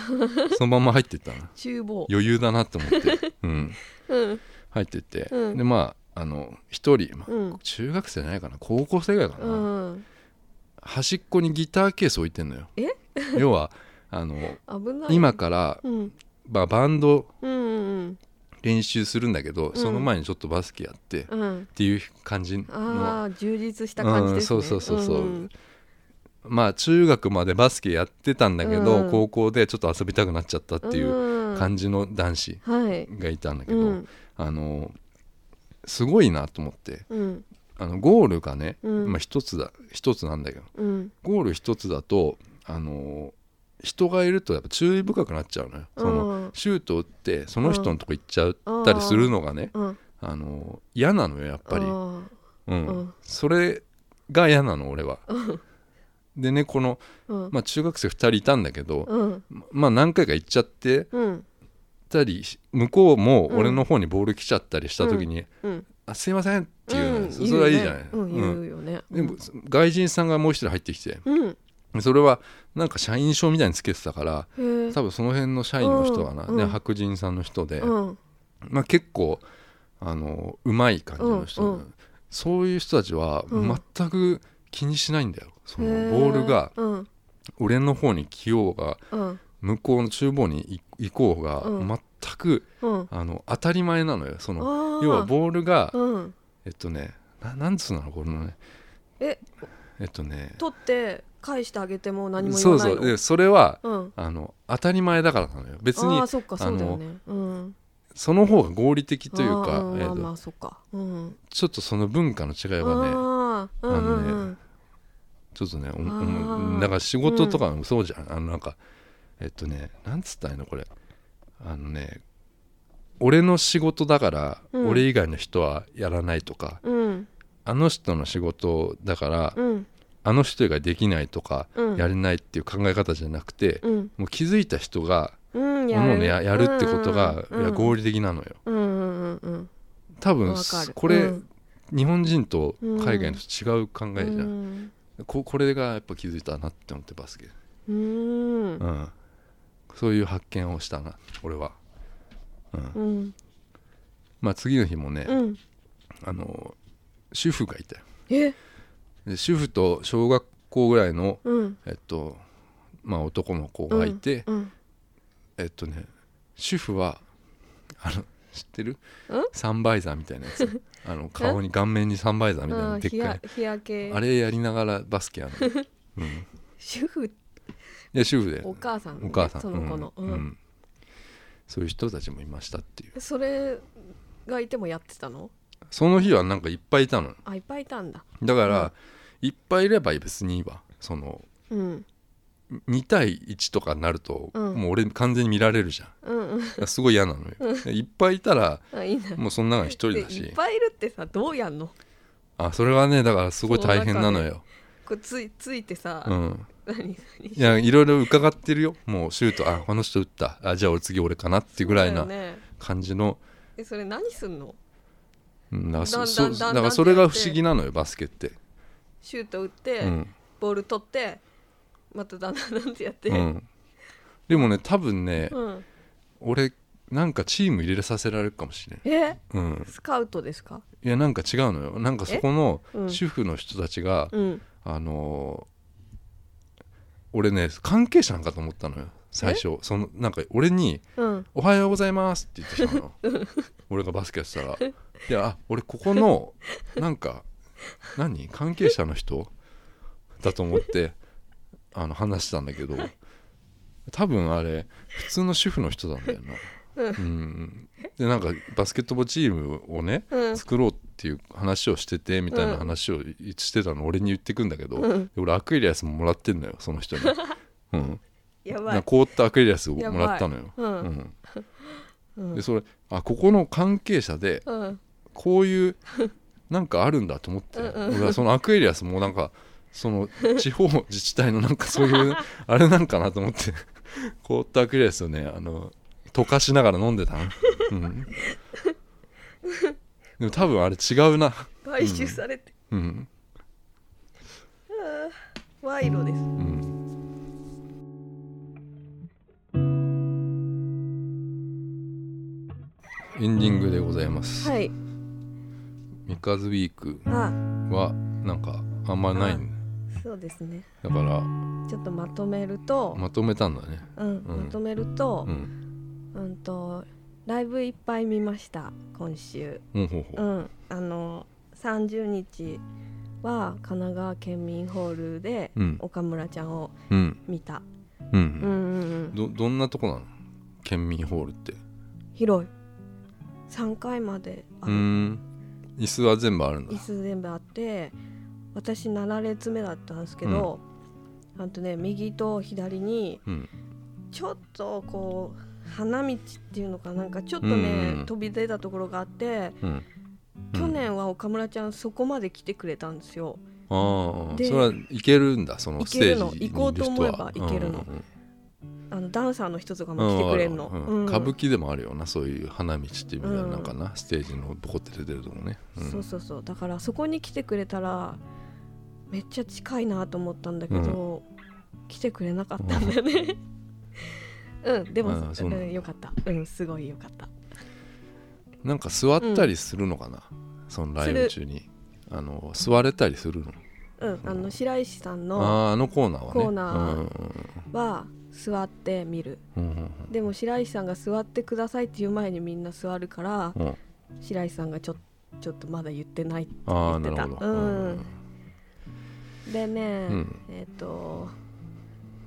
S1: そのまんま入っていったの
S2: 厨房
S1: 余裕だなと思って、うん、
S2: うん
S1: 入っていって、
S2: うん
S1: でまああの1人、まあ
S2: うん
S1: 中学生じゃないかな高校生ぐらいかな、
S2: うん
S1: 端っこにギターケース置いてんのよ
S2: え
S1: 要はあの
S2: 危ない
S1: 今から、
S2: うん
S1: まあ、バンド
S2: うんうん
S1: 練習するんだけど、
S2: うん
S1: その前にちょっとバスケやってっ
S2: うんうん
S1: ていう感じの
S2: ああ充実した感じですね
S1: うんそうそうそうそうんまあ中学までバスケやってたんだけど、
S2: うん
S1: 高校でちょっと遊びたくなっちゃったっていう
S2: うん
S1: 感じの男子
S2: はい
S1: がいたんだけ
S2: う
S1: ど、
S2: ん
S1: あのすごいなと思って
S2: うん
S1: あのゴールがね、
S2: うん
S1: まあ、一つだ一つなんだけど
S2: うん
S1: ゴール一つだとあの人がいるとやっぱ注意深くなっちゃうのよその、
S2: うん
S1: シュート打ってその人のとこ行っちゃったりするのがね、
S2: うんやっ
S1: あの嫌なのよやっぱり。うん
S2: うん
S1: それが嫌なの俺は。でねこの、
S2: うん
S1: まあ、中学生2人いたんだけど、
S2: うん
S1: まあ何回か行っちゃって
S2: うん
S1: たりし向こうも
S2: うん
S1: 俺の方にボール来ちゃったりした時に「
S2: うん
S1: あすいません」っていうのよ、
S2: ん
S1: そそれはいいじゃない。
S2: 言うねうん言うよね
S1: うんでも外人さんがもう一人入ってきて
S2: うん
S1: それはなんか社員証みたいにつけてたから
S2: へえ
S1: 多分その辺の社員の人かな、
S2: うん
S1: ね
S2: うん
S1: 白人さんの人で、
S2: うん
S1: まあ、結構あのうまい感じの人なの、
S2: うんう
S1: そういう人たちは
S2: うん
S1: 全く気にしないんだよ、その
S2: へえ
S1: ボールが
S2: うん
S1: 俺の方に来ようが
S2: うん
S1: 向こうの厨房に行こうが、
S2: うん
S1: 全く
S2: うん
S1: あの当たり前なのよその
S2: あー
S1: 要はボールが、
S2: うん
S1: えっとねななんつうのこのね
S2: え
S1: えっとね
S2: 取って返してあげても何も言
S1: そう
S2: わな
S1: そ
S2: いうの
S1: でそれは、
S2: うん
S1: あの当たり前だからなのよ別に
S2: ああそっかそうだよねうん
S1: その方が合理的というか
S2: あー、
S1: えっ
S2: ま
S1: と
S2: あまあそっかうん
S1: ちょっとその文化の違いはね
S2: ああうんうんうん
S1: ちょっとねおお
S2: ー
S1: だから仕事とかもそうじゃん、あのなんかえっとねなんつったらいいのこれあのね俺の仕事だから、
S2: うん
S1: 俺以外の人はやらないとか
S2: うん
S1: あの人の仕事だから、
S2: うん
S1: あの人以外できないとか、
S2: うん
S1: やれないっていう考え方じゃなくて、
S2: うん
S1: もう気づいた人が
S2: うん
S1: ものをややるってことが、
S2: うんうんうん
S1: いや合理的なのよ
S2: うんうんうん
S1: 多
S2: うん
S1: 分
S2: わかる
S1: これ、
S2: うん
S1: 日本人と海外の人違う考えじゃん、
S2: うん
S1: ここれがやっぱ気づいたなって思ってバスケ、
S2: うーん
S1: うん、そういう発見をしたな俺は、うん
S2: うん
S1: まあ、次の日もね、
S2: うん
S1: あの主婦がいたよ
S2: え
S1: で主婦と小学校ぐらいの、
S2: うん
S1: えっとまあ、男の子がいて、
S2: うん
S1: えっとね主婦はあの知ってる
S2: ん
S1: サンバイザーみたいなや つあの顔に顔面にサンバイザーみたい
S2: あ
S1: な
S2: ー
S1: でっ
S2: 日
S1: か
S2: や
S1: い
S2: 日焼け
S1: あれやりながらバスケやるの、うん、い
S2: 主婦
S1: や主婦で
S2: お母さん
S1: お母さん
S2: その子の、
S1: うんうんそういう人たちもいましたっていう
S2: それがいてもやってたの
S1: その日はなんかいっぱいいたの
S2: あいっぱいいたんだ
S1: だから、いっぱいいれば別にいいわその
S2: うん
S1: 2対1とかになると、
S2: うん
S1: もう俺完全に見られるじゃんだ
S2: うんうん
S1: からすごい嫌なのよ、いっぱいいたら
S2: あいいな
S1: もうその中に一人だ
S2: でいっ
S1: し
S2: ぱいいるってさどうやんの
S1: あそれはねだからすごい大変なのよ
S2: こうついついてさ、
S1: うん
S2: 何
S1: いやいろいろ伺ってるよもうシュートあこの人打ったあじゃあ俺次俺かなっていうぐらいな
S2: そうだよね
S1: 感じの
S2: えそれ何すんの
S1: うんだから
S2: だん
S1: そ
S2: だん
S1: そ
S2: だんだん
S1: だからそれが不思議なのよバスケって
S2: シュート打って、
S1: うん
S2: ボール取ってまただんだんなんてやって、
S1: うんでもね多分ね
S2: うん
S1: 俺なんかチーム入れさせられるかもしれん
S2: え
S1: うん
S2: スカウトですか
S1: いやなんか違うのよなんかそこの
S2: えうん
S1: 主婦の人たちが
S2: うん
S1: あのー俺ね関係者なんかと思ったのよ最初そのなんか俺に
S2: うん
S1: 「おはようございます」って言ってきたの 俺がバスケやってたら「いやあ俺ここのなんか何関係者の人だと思ってあの話したんだけど多分あれ普通の主婦の人なんだよな。うん、でなんかバスケットボールチームをね、
S2: うん
S1: 作ろうっていう話をしててみたいな話をいしてたの俺に言ってくんだけど、
S2: うん
S1: で俺アクエリアスももらってんのよその人 に。うん、
S2: や
S1: な
S2: ば
S1: んか
S2: い
S1: 凍ったアクエリアスをもらったのよ。
S2: やばいうん
S1: うん
S2: うん
S1: でそれあここの関係者で
S2: うん
S1: こういうなんかあるんだと思って、
S2: うんうん
S1: 俺はそのアクエリアスもなんかその地方自治体のなんかそう いうあれなんかなと思って凍ったアクエリアスをねあの溶かしながら飲んでたの、うん、でも多分あれ違うな
S2: 買収されて、
S1: うん
S2: 賄賂です
S1: うんエンディングでございます、
S2: はい
S1: ミカズウィーク
S2: あ
S1: はなんかあんまないん
S2: そうですね
S1: だから
S2: ちょっとまとめると、
S1: まとめたんだね
S2: うん、
S1: うん
S2: まとめると
S1: う、ん
S2: うん、とライブいっぱい見ました今週
S1: ほうほうほ
S2: う
S1: うん
S2: あの30日は神奈川県民ホールで
S1: うん
S2: 岡村ちゃんを
S1: うん
S2: 見た、
S1: う
S2: うん
S1: ん
S2: うんうん、
S1: どどんなとこなの県民ホールって
S2: 広い3回まであ
S1: うー
S2: る
S1: ん椅子は全部あるんだ
S2: 椅子全部あって私7列目だったんですけど、あとね右と左に
S1: うん
S2: ちょっとこう花道っていうのかなんかちょっとね、
S1: うんうん
S2: 飛び出たところがあって
S1: うん
S2: 去年は岡村ちゃんそこまで来てくれたんですよ、
S1: ああ
S2: で
S1: それはいけるんだそのステージにいる人は
S2: 行けるの行こうと思えば行けるの
S1: うんうんうん
S2: あのダンサーの人とか
S1: う
S2: も
S1: ん
S2: 来てくれるの、
S1: わか
S2: う
S1: わ
S2: ん
S1: かる歌舞伎でもあるよなそういう花道っていうみたいな
S2: うん
S1: なんかなステージのボコって出てるとこねうん
S2: そうそうそうだからそこに来てくれたらめっちゃ近いなと思ったんだけど、来てくれなかったんだ よねうんでも、
S1: ああそう
S2: う
S1: なんだ
S2: ん、よかったうんすごいよかった
S1: なんか座ったりするのかなそのライブ中にあの座れたりするの
S2: うんあの白石さんの
S1: あーあのコーナーはね
S2: コーナー
S1: うん
S2: は座って見る
S1: うんうん
S2: でも白石さんが座ってくださいっていう前にみんな座るから
S1: うんうん
S2: 白石さんがちょちょっとまだ言ってないって
S1: あ
S2: 言
S1: あ
S2: って
S1: な
S2: た
S1: るほど
S2: うんでね、
S1: うん
S2: えっ、と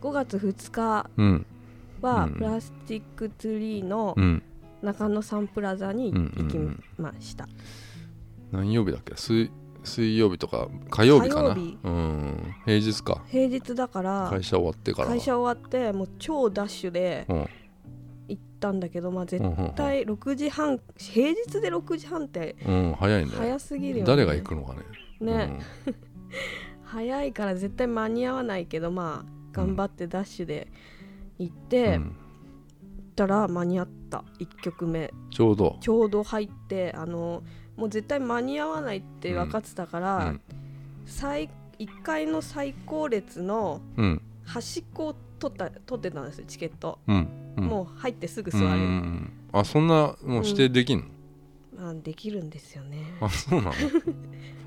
S2: 5月2日
S1: うんう
S2: は
S1: ん
S2: プラスティックツリーの
S1: うん
S2: 中野サンプラザに
S1: うんうん
S2: 行き
S1: うん
S2: ました、
S1: 何曜日だっけ水水曜日とか火曜日かな
S2: 火曜日
S1: うん平日か
S2: 平日だから
S1: 会社終わってから
S2: 会社終わってもう超ダッシュで
S1: うん
S2: 行ったんだけど、まあ、絶
S1: うん
S2: 対6時半平日で6時半って
S1: うん早いね
S2: 早すぎるよね
S1: 誰が行くのかね
S2: ね、早いから絶対間に合わないけどまあ頑張ってダッシュで行っ
S1: うん
S2: て、
S1: う
S2: 行
S1: ん
S2: ったら間に合った1曲目
S1: ちょうど
S2: ちょうど入ってあのもう絶対間に合わないって分かってたから、
S1: うん
S2: 最1階の最高列の
S1: うん
S2: 端っこを取った取ってたんですよチケット、
S1: うんうん
S2: もう入ってすぐ座
S1: うんう
S2: れ
S1: んう
S2: る、
S1: んあそんなもう指定できんの、
S2: まあ、できるんですよね
S1: あそう なの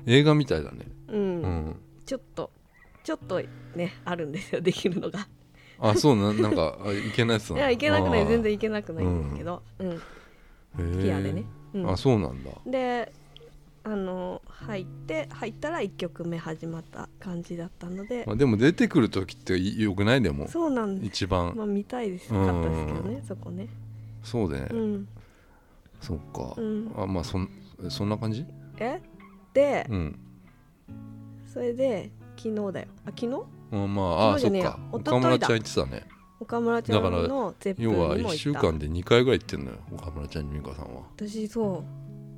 S1: 映画みたいだね
S2: うん、
S1: うん
S2: ちょっとちょっとねあるんですよで きるのが
S1: あそうななんかあいけないやつ
S2: い
S1: なの
S2: や行けなくない全然
S1: い
S2: 行けなくないんですけど、うん
S1: け
S2: ピアでね、うん
S1: あそうなんだ
S2: であの入って入ったら1曲目始まった感じだったので
S1: まあ、でも出てくる時っていよくないでも
S2: そうなんです
S1: 一番、
S2: まあ見たいですよかったですけどねそこね
S1: そうでね、
S2: うん
S1: そっか、
S2: うん
S1: あまあそんそんな感じ
S2: えで
S1: うん、
S2: それで昨日だよあ昨日
S1: うん、まああそ
S2: そ
S1: うっ
S2: じゃねえ
S1: か
S2: や一
S1: 岡
S2: 昨日だ
S1: 村ちゃん言ってたね
S2: 岡村ちゃん
S1: だか
S2: のゼップンに
S1: 要
S2: も
S1: は
S2: 行った
S1: 1週間で2回ぐらい行ってんのよ岡村ちゃんに美香さんは
S2: 私そ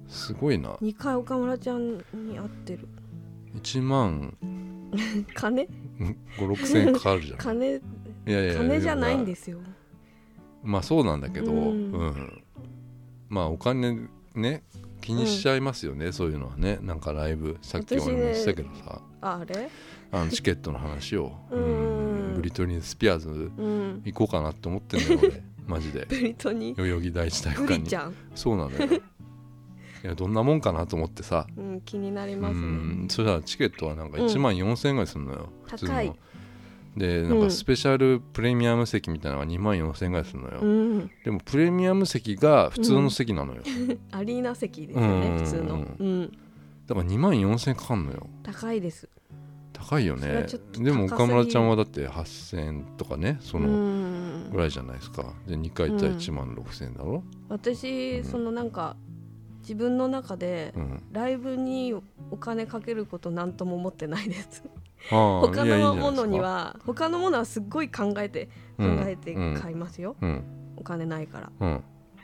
S1: すごいな
S2: う2回岡村ちゃんに会ってる
S1: 1万
S2: 金
S1: 56000円かかる じゃん
S2: 金
S1: いやいや
S2: 金じゃないんですすよ
S1: まあそうなんだけど、
S2: う
S1: うんんまあお金ね気にしちゃいますよね、そういうのはねなんかライブさっき
S2: 私ね
S1: 俺も言ってたけどさ、
S2: ああれ
S1: あのチケットの話を、
S2: うん
S1: うんブリトニー・スピアーズ
S2: うん
S1: 行こうかなって思ってんだよ 俺マジで
S2: ブリトニー
S1: 代々木第一体育
S2: ブ
S1: 館
S2: リ
S1: に
S2: ちゃん、
S1: そうなのよいやどんなもんかなと思ってさ、
S2: うん、気になり
S1: う
S2: ますね
S1: んそしたらチケットはなんか
S2: うん
S1: 1万4000円ぐらいするのよ、
S2: 高い
S1: 普通のでなん
S2: う
S1: か
S2: ん
S1: スペシャルプレミアム席みたいなのが2万4000円ぐらいするのよ、
S2: うん
S1: でもプレミアム席が普通の席なのよ、
S2: アリーナ席ですよね
S1: うん
S2: 普通のうん
S1: だから2万4000円かかんのよ
S2: 高いです
S1: 高いよ
S2: それは
S1: ね
S2: ちょっと高すぎる
S1: でも岡村ちゃんはだって8000円とかねそうのぐ
S2: ん
S1: らいじゃないですか、で2回行ったら1万6000円だろ、
S2: 私、
S1: うん
S2: そのなんか自分の中で
S1: うん
S2: ライブにお金かけることなんとも思ってないです
S1: ああ
S2: 他
S1: いやいいんじゃないで
S2: の
S1: すか
S2: ものには他のものはすっごい考えて考えて買いますよ、
S1: うん
S2: お金ないから
S1: うん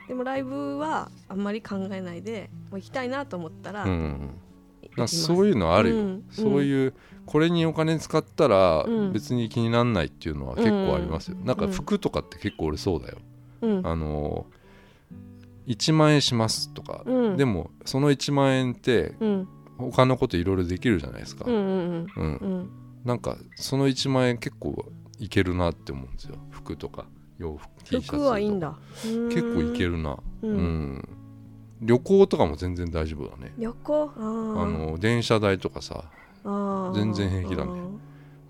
S2: でもライブはあんまり考えないでもう行きたいなと思ったら、
S1: うんう
S2: 行
S1: ん
S2: き
S1: な
S2: ま
S1: んか
S2: す
S1: そういうのあるよ、
S2: うん
S1: そういうこれにお金使ったら
S2: うん
S1: 別に気にならないっていうのは結構ありますよ、なんか服とかって結構俺そうだよ、
S2: うん
S1: あのー1万円しますとか、
S2: うん
S1: でもその1万円って
S2: うん
S1: 他のこといろいろできるじゃないですか、
S2: うんうん
S1: うん
S2: うんうん
S1: なんかその1万円結構いけるなって思うんですよ服とか洋服 T シャツと
S2: 服
S1: か
S2: はいいんだ結
S1: 結構いけるな
S2: うん
S1: うん旅行とかも全然大丈夫だね
S2: 旅行あ
S1: あ
S2: ー
S1: の電車代とかさ
S2: あー
S1: 全然平気だねうん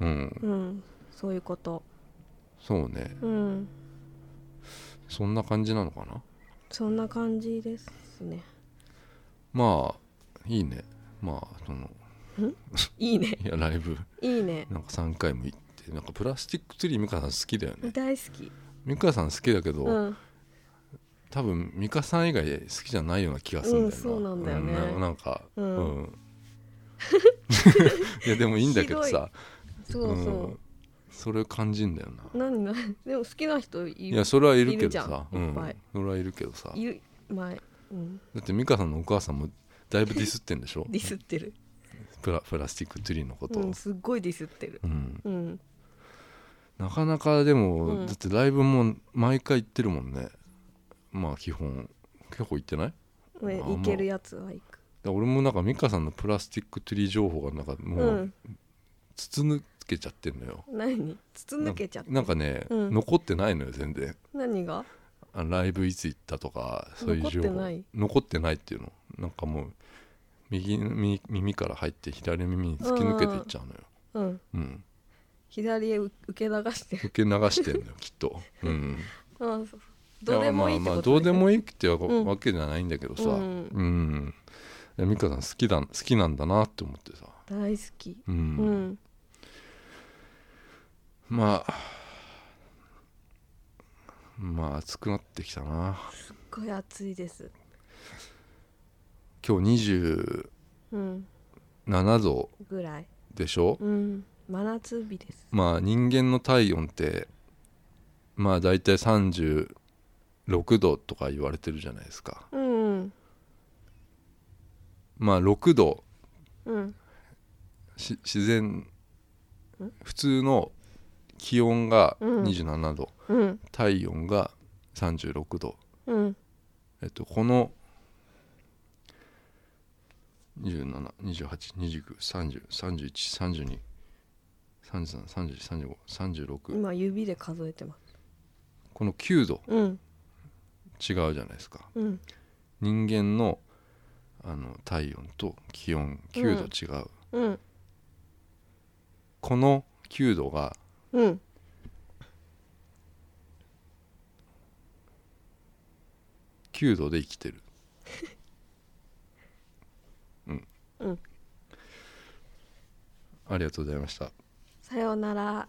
S2: あーうんそういうこと
S1: そうね
S2: うん
S1: そんな感じなのかな
S2: そんな感じですね
S1: まあいいねまあその
S2: いいね
S1: いやライブ
S2: いいね
S1: なんか3回も行ってなんかプラスティックツリー美香さん好きだよね
S2: 大好き
S1: 美香さん好きだけど、
S2: うん
S1: 多分美香さん以外好きじゃないような気がするんだよな、
S2: うんそうなんだよね
S1: うななんか
S2: う
S1: うんん、 いやでもいいんだけどさ
S2: そうそう、
S1: ん、それ感じんだよな
S2: 何何 でも好きな人い
S1: い
S2: る
S1: やそれはいるけど
S2: いるじゃ
S1: さ
S2: んいっぱい
S1: うん、それはいるけどさ
S2: いる前、うん、
S1: だって美香さんのお母さんもだいぶディスってんで しょ
S2: ディスってる、
S1: プラプラスティックツリーのこと
S2: う
S1: を、
S2: ん、すっごいディスってる
S1: うん
S2: うん
S1: なかなかでも、
S2: うん
S1: だってライブも毎回行ってるもんねまあ基本結構行ってない
S2: ね
S1: あんま
S2: いけるやつは行
S1: だ
S2: く
S1: から俺もなんか美香さんのプラスティックツリー情報がなんかもう、
S2: うん
S1: 筒抜けちゃってんのよ
S2: 何筒抜けちゃった
S1: なんかね、
S2: うん
S1: 残ってないのよ全然
S2: 何が
S1: あライブいつ行ったとかそういう情報
S2: 残ってない
S1: 残ってないっていうのなんかもう右耳耳から入って左耳に突き抜けていっちゃうのよ、
S2: うん
S1: うん、
S2: 左へ受け流 してる
S1: 受け流してんのよきっと、うん、
S2: あそうどうでもいいってこ
S1: やまあま
S2: と
S1: あどうでもいいって
S2: うん
S1: わけじゃないんだけどさう
S2: うん
S1: ん、いや美香さん好きだ好きなんだなって思ってさ、
S2: 大好き
S1: うん
S2: うん
S1: まあまあ暑くなってきたな
S2: すっごい暑いです
S1: 今日
S2: うん
S1: 27度
S2: ぐらい
S1: でしょ、
S2: うん真夏日です
S1: まあ人間の体温ってまあ大体36度とか言われてるじゃないですか
S2: うん
S1: まあ6度
S2: うん
S1: し自然普通の気温が
S2: うん
S1: 27度、
S2: うん
S1: 体温が36度
S2: うん
S1: えっとこの272829303132 33、34、35、36
S2: 今指で数えてます
S1: この9度
S2: うん
S1: 違うじゃないですか
S2: うん
S1: 人間のあの体温と気温9度違う、
S2: うん
S1: この9度が
S2: うん
S1: 9度で生きてる うん
S2: うん
S1: ありがとうございました
S2: さようなら